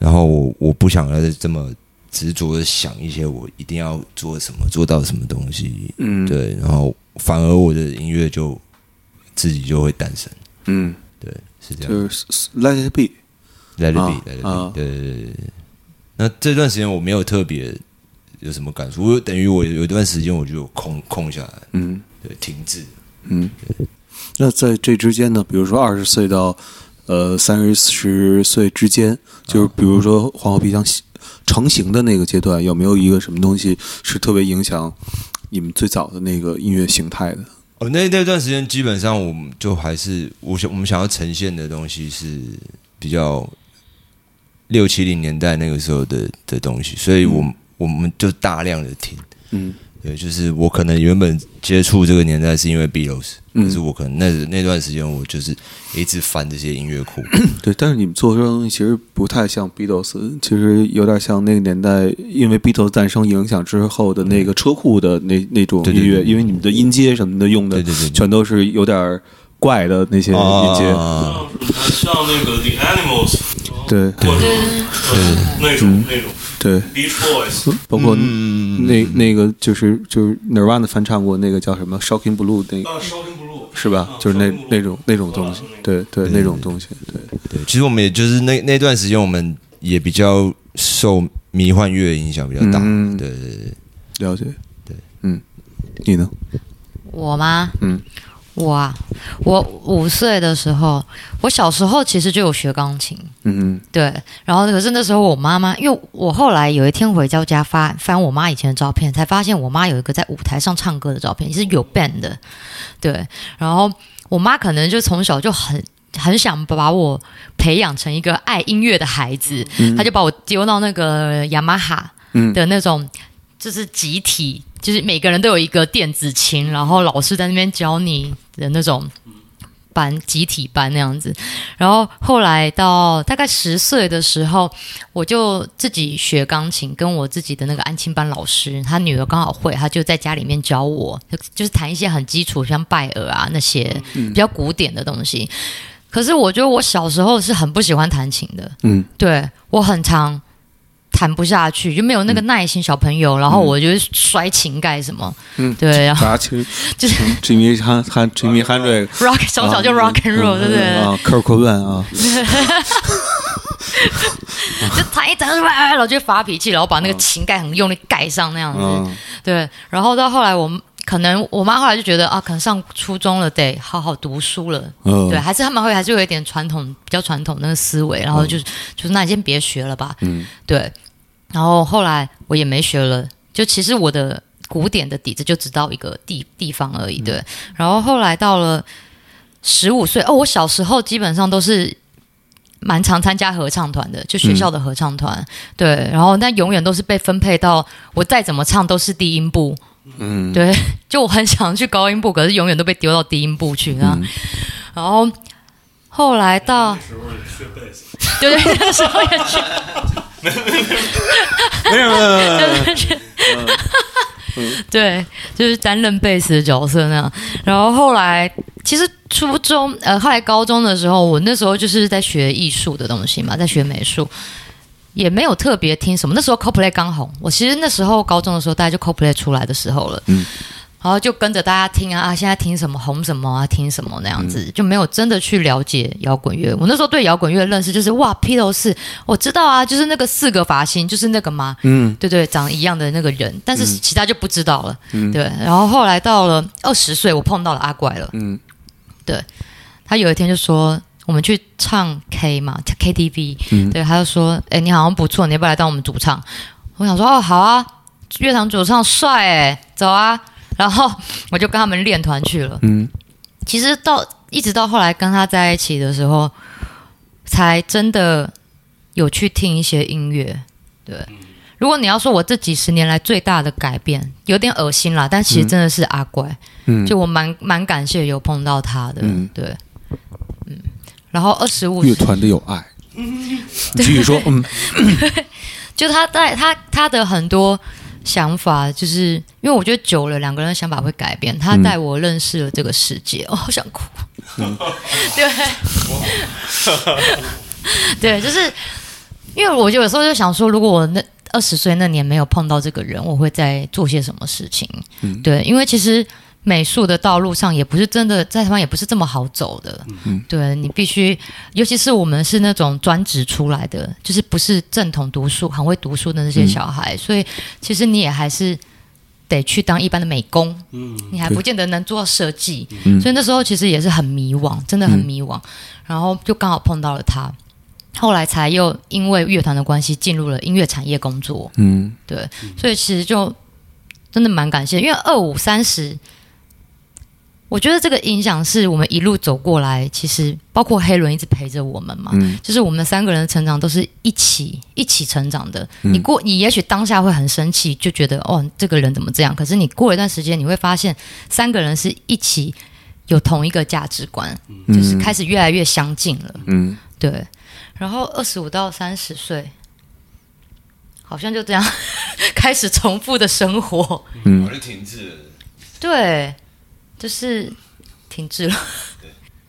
然后我我不想再这么执着的想一些我一定要做什么做到什么东西，嗯对，然后反而我的音乐就自己就会诞生，嗯对，是这样。就是 let it be 来的啊比，来啊的比，对对对对对。那这段时间我没有特别有什么感触，我等于我有一段时间我就有空空下来，嗯对，停滞。嗯。那在这之间呢，比如说二十岁到呃三十岁之间，就是比如说黄花皮箱成型的那个阶段，有没有一个什么东西是特别影响你们最早的那个音乐形态的？哦，那那段时间基本上我们就还是我想我们想要呈现的东西是比较六七零年代那个时候的的东西，所以我们我们就大量的听，嗯对，就是我可能原本接触这个年代是因为 Beatles，嗯可是我可能那那段时间我就是一直翻这些音乐 库，对，但是你们做出来的东西其实不太像 Beatles，其实有点像那个年代，因为 Beatles 诞生影响之后的那个车库的那那种对音对乐，对因为你们的音阶什么的用的对对对对全都是有点怪的那些音阶，啊像那个 The Animals 对或者那嗯种那种对， Beach Boys，包括那那个就是就是 Nirvana 翻唱过那个叫什么 Shocking Blue 那啊，Shocking Blue 是吧？就是那那种那种东西，对对那种东西，对对，其实我们也就是那那段时间，我们也比较受迷幻乐影响比较大。嗯对对对，了解，对，嗯，你呢？我吗？嗯，我啊，我五岁的时候，我小时候其实就有学钢琴，嗯对，然后可是那时候我妈妈，因为我后来有一天回到家翻翻我妈以前的照片，才发现我妈有一个在舞台上唱歌的照片，是有 band 的，对，然后我妈可能就从小就很。很想把我培养成一个爱音乐的孩子，她就把我丢到那个雅马哈嗯的那种，就是集体，就是每个人都有一个电子琴，然后老师在那边教你的那种班，集体班那样子。然后后来到大概十岁的时候，我就自己学钢琴，跟我自己的那个安亲班老师，他女儿刚好会，他就在家里面教我，就就是弹一些很基础，像拜耳啊那些比较古典的东西。可是我觉得我小时候是很不喜欢弹琴的，嗯对我很常弹不下去，就没有那个耐心。小朋友，然后我就摔琴盖什么，嗯 对，然后大家其实啊 就是嗯 Jimmy Han Han Jimmy 啊 Han 这个 rock 嗯从啊小就 rock and roll，、对不对？啊，科尔科顿啊，就弹一弹，然后就发脾气，然后把那个琴盖很用力盖上那样子。嗯对，然后到后来我们可能我妈后来就觉得啊，可能上初中了得好好读书了，嗯对，啊还是他们会还是有一点传统比较传统那个思维，然后就、就是那你先别学了吧，嗯对，然后后来我也没学了，就其实我的古典的底子就只到一个地地方而嗯已，对，然后后来到了十五岁，哦，我小时候基本上都是。蛮常参加合唱团的，就学校的合唱团，嗯对，然后但永远都是被分配到我再怎么唱都是低音部，嗯，对，就我很想去高音部，可是永远都被丢到低音部去啊。嗯然后后来到，对对，那时候也缺，嗯 对，就是担任贝斯的角色那样。然后后来，其实初中呃，后来高中的时候，我那时候就是在学艺术的东西嘛，在学美术。也没有特别听什么，那时候 CoPlay 刚红，我其实那时候高中的时候，大概就 CoPlay 出来的时候了，嗯然后就跟着大家听啊啊，现在听什么红什么啊，听什么那样子，就没有真的去了解摇滚乐。我那时候对摇滚乐的认识就是哇，披头士，我知道啊，就是那个四个发型，就是那个嘛，嗯对对，长得一样的那个人，但是其他就不知道了。嗯对，然后后来到了二十岁，我碰到了阿怪了。嗯他有一天就说，我们去唱 K 嘛，KTV，、对，嗯他就说，哎、你好像不错，你要不要来当我们主唱？我想说，哦，好啊，乐团主唱帅哎、走啊！然后 我就跟他们练团去了。嗯其实到一直到后来跟他在一起的时候，才真的有去听一些音乐。对，如果你要说我这几十年来最大的改变，有点恶心啦，但其实真的是阿怪，嗯就我蛮蛮感谢有碰到他的。嗯对，嗯。然后二十五乐团的有 爱。你继续说，嗯就他在他他的很多想法，就是因为我觉得久了，两个人的想法会改变。他带我认识了这个世界，哦，好 想哭。对，对，就是因为我就有时候就想说，如果我那二十岁那年没有碰到这个人，我会在做些什么事情？对，因为其实。美术的道路上也不是真的，在台湾也不是这么好走的。对你必须尤其是我们是那种专职出来的，就是不是正统读书、很会读书的那些小孩，所以其实你也还是得去当一般的美工，你还不见得能做设计，所以那时候其实也是很迷惘，真的很迷惘。然后就刚好碰到了他，后来才又因为乐团的关系进入了音乐产业工作。嗯对，所以其实就真的蛮感谢，因为二五三十，我觉得这个影响是我们一路走过来，其实包括黑人一直陪着我们嘛，嗯就是我们三个人的成长都是一起一起成长的。嗯你过，你也许当下会很生气，就觉得哦，这个人怎么这样？可是你过一段时间，你会发现三个人是一起有同一个价值观，就是开始越来越相近了。嗯，对，然后二十五到三十岁，好像就这样 开始重复的生活。嗯哦我就停滞了。对，就是停滞了，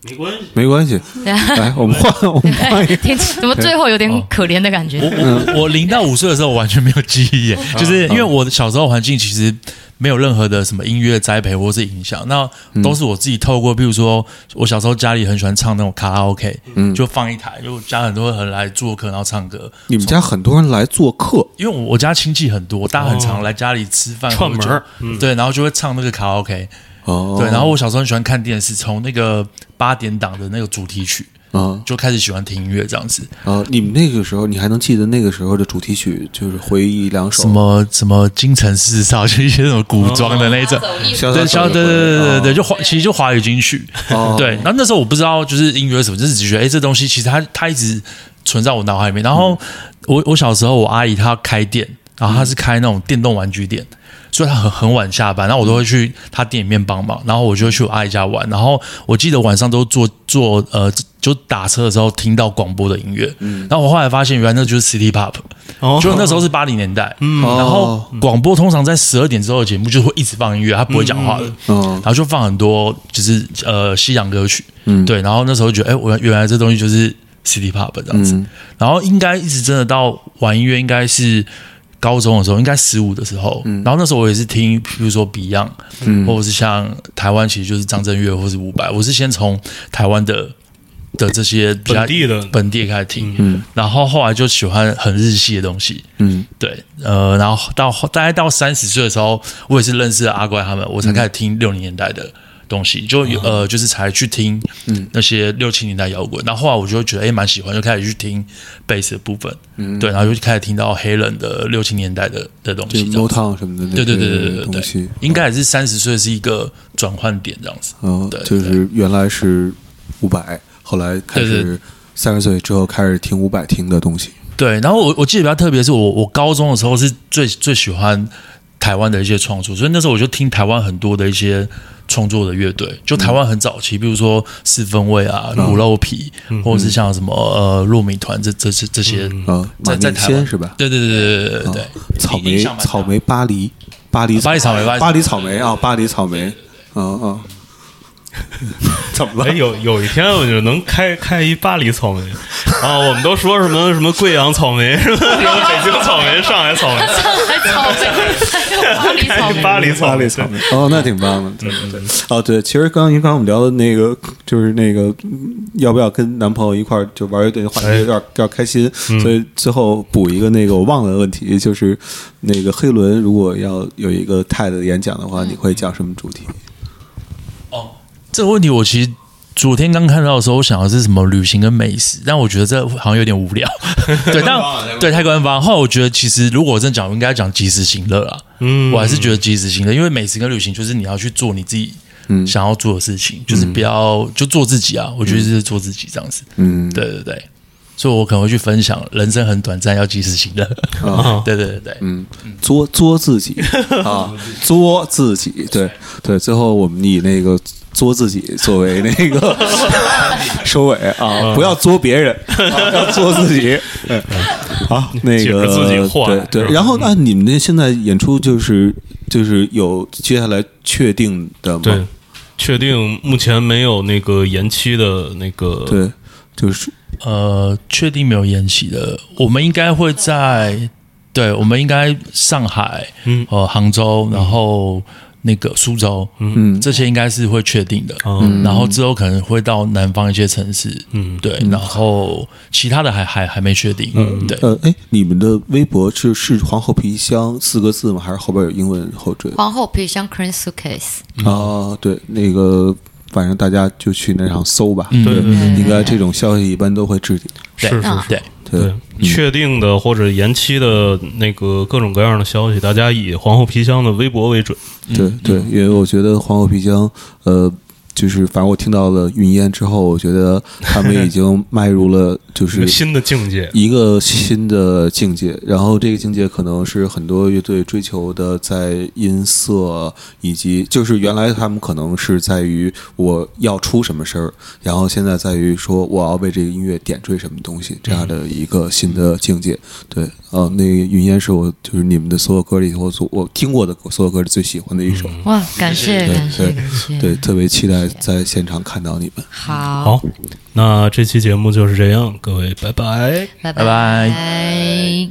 没关 系。没关系。对啊，来，我们换，我们换一个。停滞，怎么最后有点可怜的感觉？ 我我我零到五岁的时候我完全没有记忆耶，嗯就是因为我的小时候环境其实没有任何的什么音乐栽培或是影响，那嗯都是我自己透过，比如说我小时候家里很喜欢唱那种卡拉 OK，就嗯放一台，因为我家很多人来做客，然后唱歌，你们家很多人来做客，因为我我家亲戚很多，大家很常来家里吃饭、哦串喝酒门儿嗯对，然后就会唱那个卡拉 OK，哦，对，然后我小时候很喜欢看电视，从那个八点档的那个主题曲啊就开始喜欢听音乐这样子。哦啊，你们那个时候，你还能记得那个时候的主题曲，就是回忆两首什么什么京城四少，就一些什么古装的那一种。哦潇洒对，消少年对对对对对，哦就华其实就华语金曲，哦 对。然后那时候我不知道就是音乐是什么，就是只觉得哎，这东西其实它它一直存在我脑海里面。然后我我小时候我阿姨她开店，然后她是开那种电动玩具店，所以她很很晚下班，然后我都会去她店里面帮忙，然后我就去我阿姨家玩。然后我记得晚上都坐坐呃就打车的时候听到广播的音乐，然后我后来发现原来那就是 City Pop，哦就那时候是八零年代，嗯，哦然后广播通常在十二点之后的节目就会一直放音乐，它不会讲话的，嗯然后就放很多就是呃西洋歌曲，对，然后那时候就觉得哎，我原来这东西就是 City Pop 这样子，然后应该一直真的到玩音乐应该是。高中的时候，应该十五的时候，然后那时候我也是听，比如说 Beyond，、或者是像台湾，其实就是张震岳或是伍佰，我是先从台湾的的这些比较本地的本地开始听，然后后来就喜欢很日系的东西，嗯，对，呃，然后到大概到三十岁的时候，我也是认识了阿怪他们，嗯我才开始听六零年代的东西，就哦有呃就是才去听嗯那些六七年代摇滚，然后后来我就觉得哎蛮喜欢，就开始去听贝斯的部分，嗯对，然后就开始听到黑人的六七年代的的东就西，这样子 Motown 什么的那对对对些对对对东西对，，应该也是三十岁是一个转换点这样子，嗯对，，就是原来是伍佰，后来开对始三十岁之后开始听伍佰听的东西。对，然后我我记得比较特别是我我高中的时候是最最喜欢台湾的一些创作，所以那时候我就听台湾很多的一些创作的乐队，就台湾很早期，比如说四分卫啊、嗯骨肉皮，或者是像什么呃糯米团这这这这些，嗯，在马在念台湾先是吧？嗯对对对对对对对，草影莓响，蛮大草莓，巴黎，巴黎，巴黎草莓巴黎巴黎草莓啊，巴黎草莓，嗯嗯，怎么哎，了？有有一天我就能开开一巴 黎草莓，啊，我们都说什么什么贵阳草莓， 什么什么北京草莓、上海草莓，还草莓，还有巴黎草开巴 一，巴黎草莓莓黎，草莓，哦，那挺棒的。对对哦，对，其实刚刚您刚刚我们聊的那个，就是那个嗯要不要跟男朋友一块儿就玩乐队的话题，有点有点开心，所以最后补一个那个我忘了的问题，就是那个黑伦如果要有一个泰的演讲的话，你会讲什么主题？哦，这个问题我其实。昨天刚看到的时候，我想的是什么旅行跟美食，但我觉得这好像有点无聊。对，但对太官方。后来我觉得，其实如果我真讲，我应该讲及时行乐啦。嗯我还是觉得及时行乐，因为美食跟旅行就是你要去做你自己想要做的事情，就是不要就做自己啊。我觉得就是做自己这样子。嗯，对对对，所以我可能会去分享，人生很短暂，要及时行乐。 对对对对，嗯，作作自 己啊，作自己，对对，最后我们以那个作自己作为那个收尾啊，不要作别人，啊要作自己。嗯好，那解个释自己话对是对，吧然后那你们那现在演出就是就是有接下来确定的吗？对，确定目前没有那个延期的那个，对，就是呃，确定没有延期的，我们应该会在，对，我们应该上海，嗯呃，杭州，然后那个苏州，嗯，这些应该是会确定的，嗯，然后之后可能会到南方一些城市，嗯，对，然后其他的还还还没确定，嗯，对，呃，哎，你们的微博是是“皇后皮箱”四个字吗？还是后边有英文后缀？皇后皮箱 c r a n suitcase，啊，对，那个反正大家就去那上搜吧。嗯对对对应该这种消息一般都会置顶。对是是嗯对，对，确定的或者延期的那个各种各样的消息，大家以皇后皮箱的微博为准。对对，因为我觉得皇后皮箱，呃，就是反正我听到了云烟之后，我觉得他们已经迈入了就一个是新的境界。一个新的境界，然后这个境界可能是很多乐队追求的，在音色以及就是原来他们可能是在于我要出什么声儿，然后现在在于说我要为这个音乐点缀什么东西这样的一个新的境界。对，呃，那个云烟是我就是你们的所有歌里头所我听过的所有歌里最喜欢的一首，哇，感谢对感谢对感谢，对，特别期待在现场看到你们。好，好，那这期节目就是这样，各位拜拜。拜拜拜。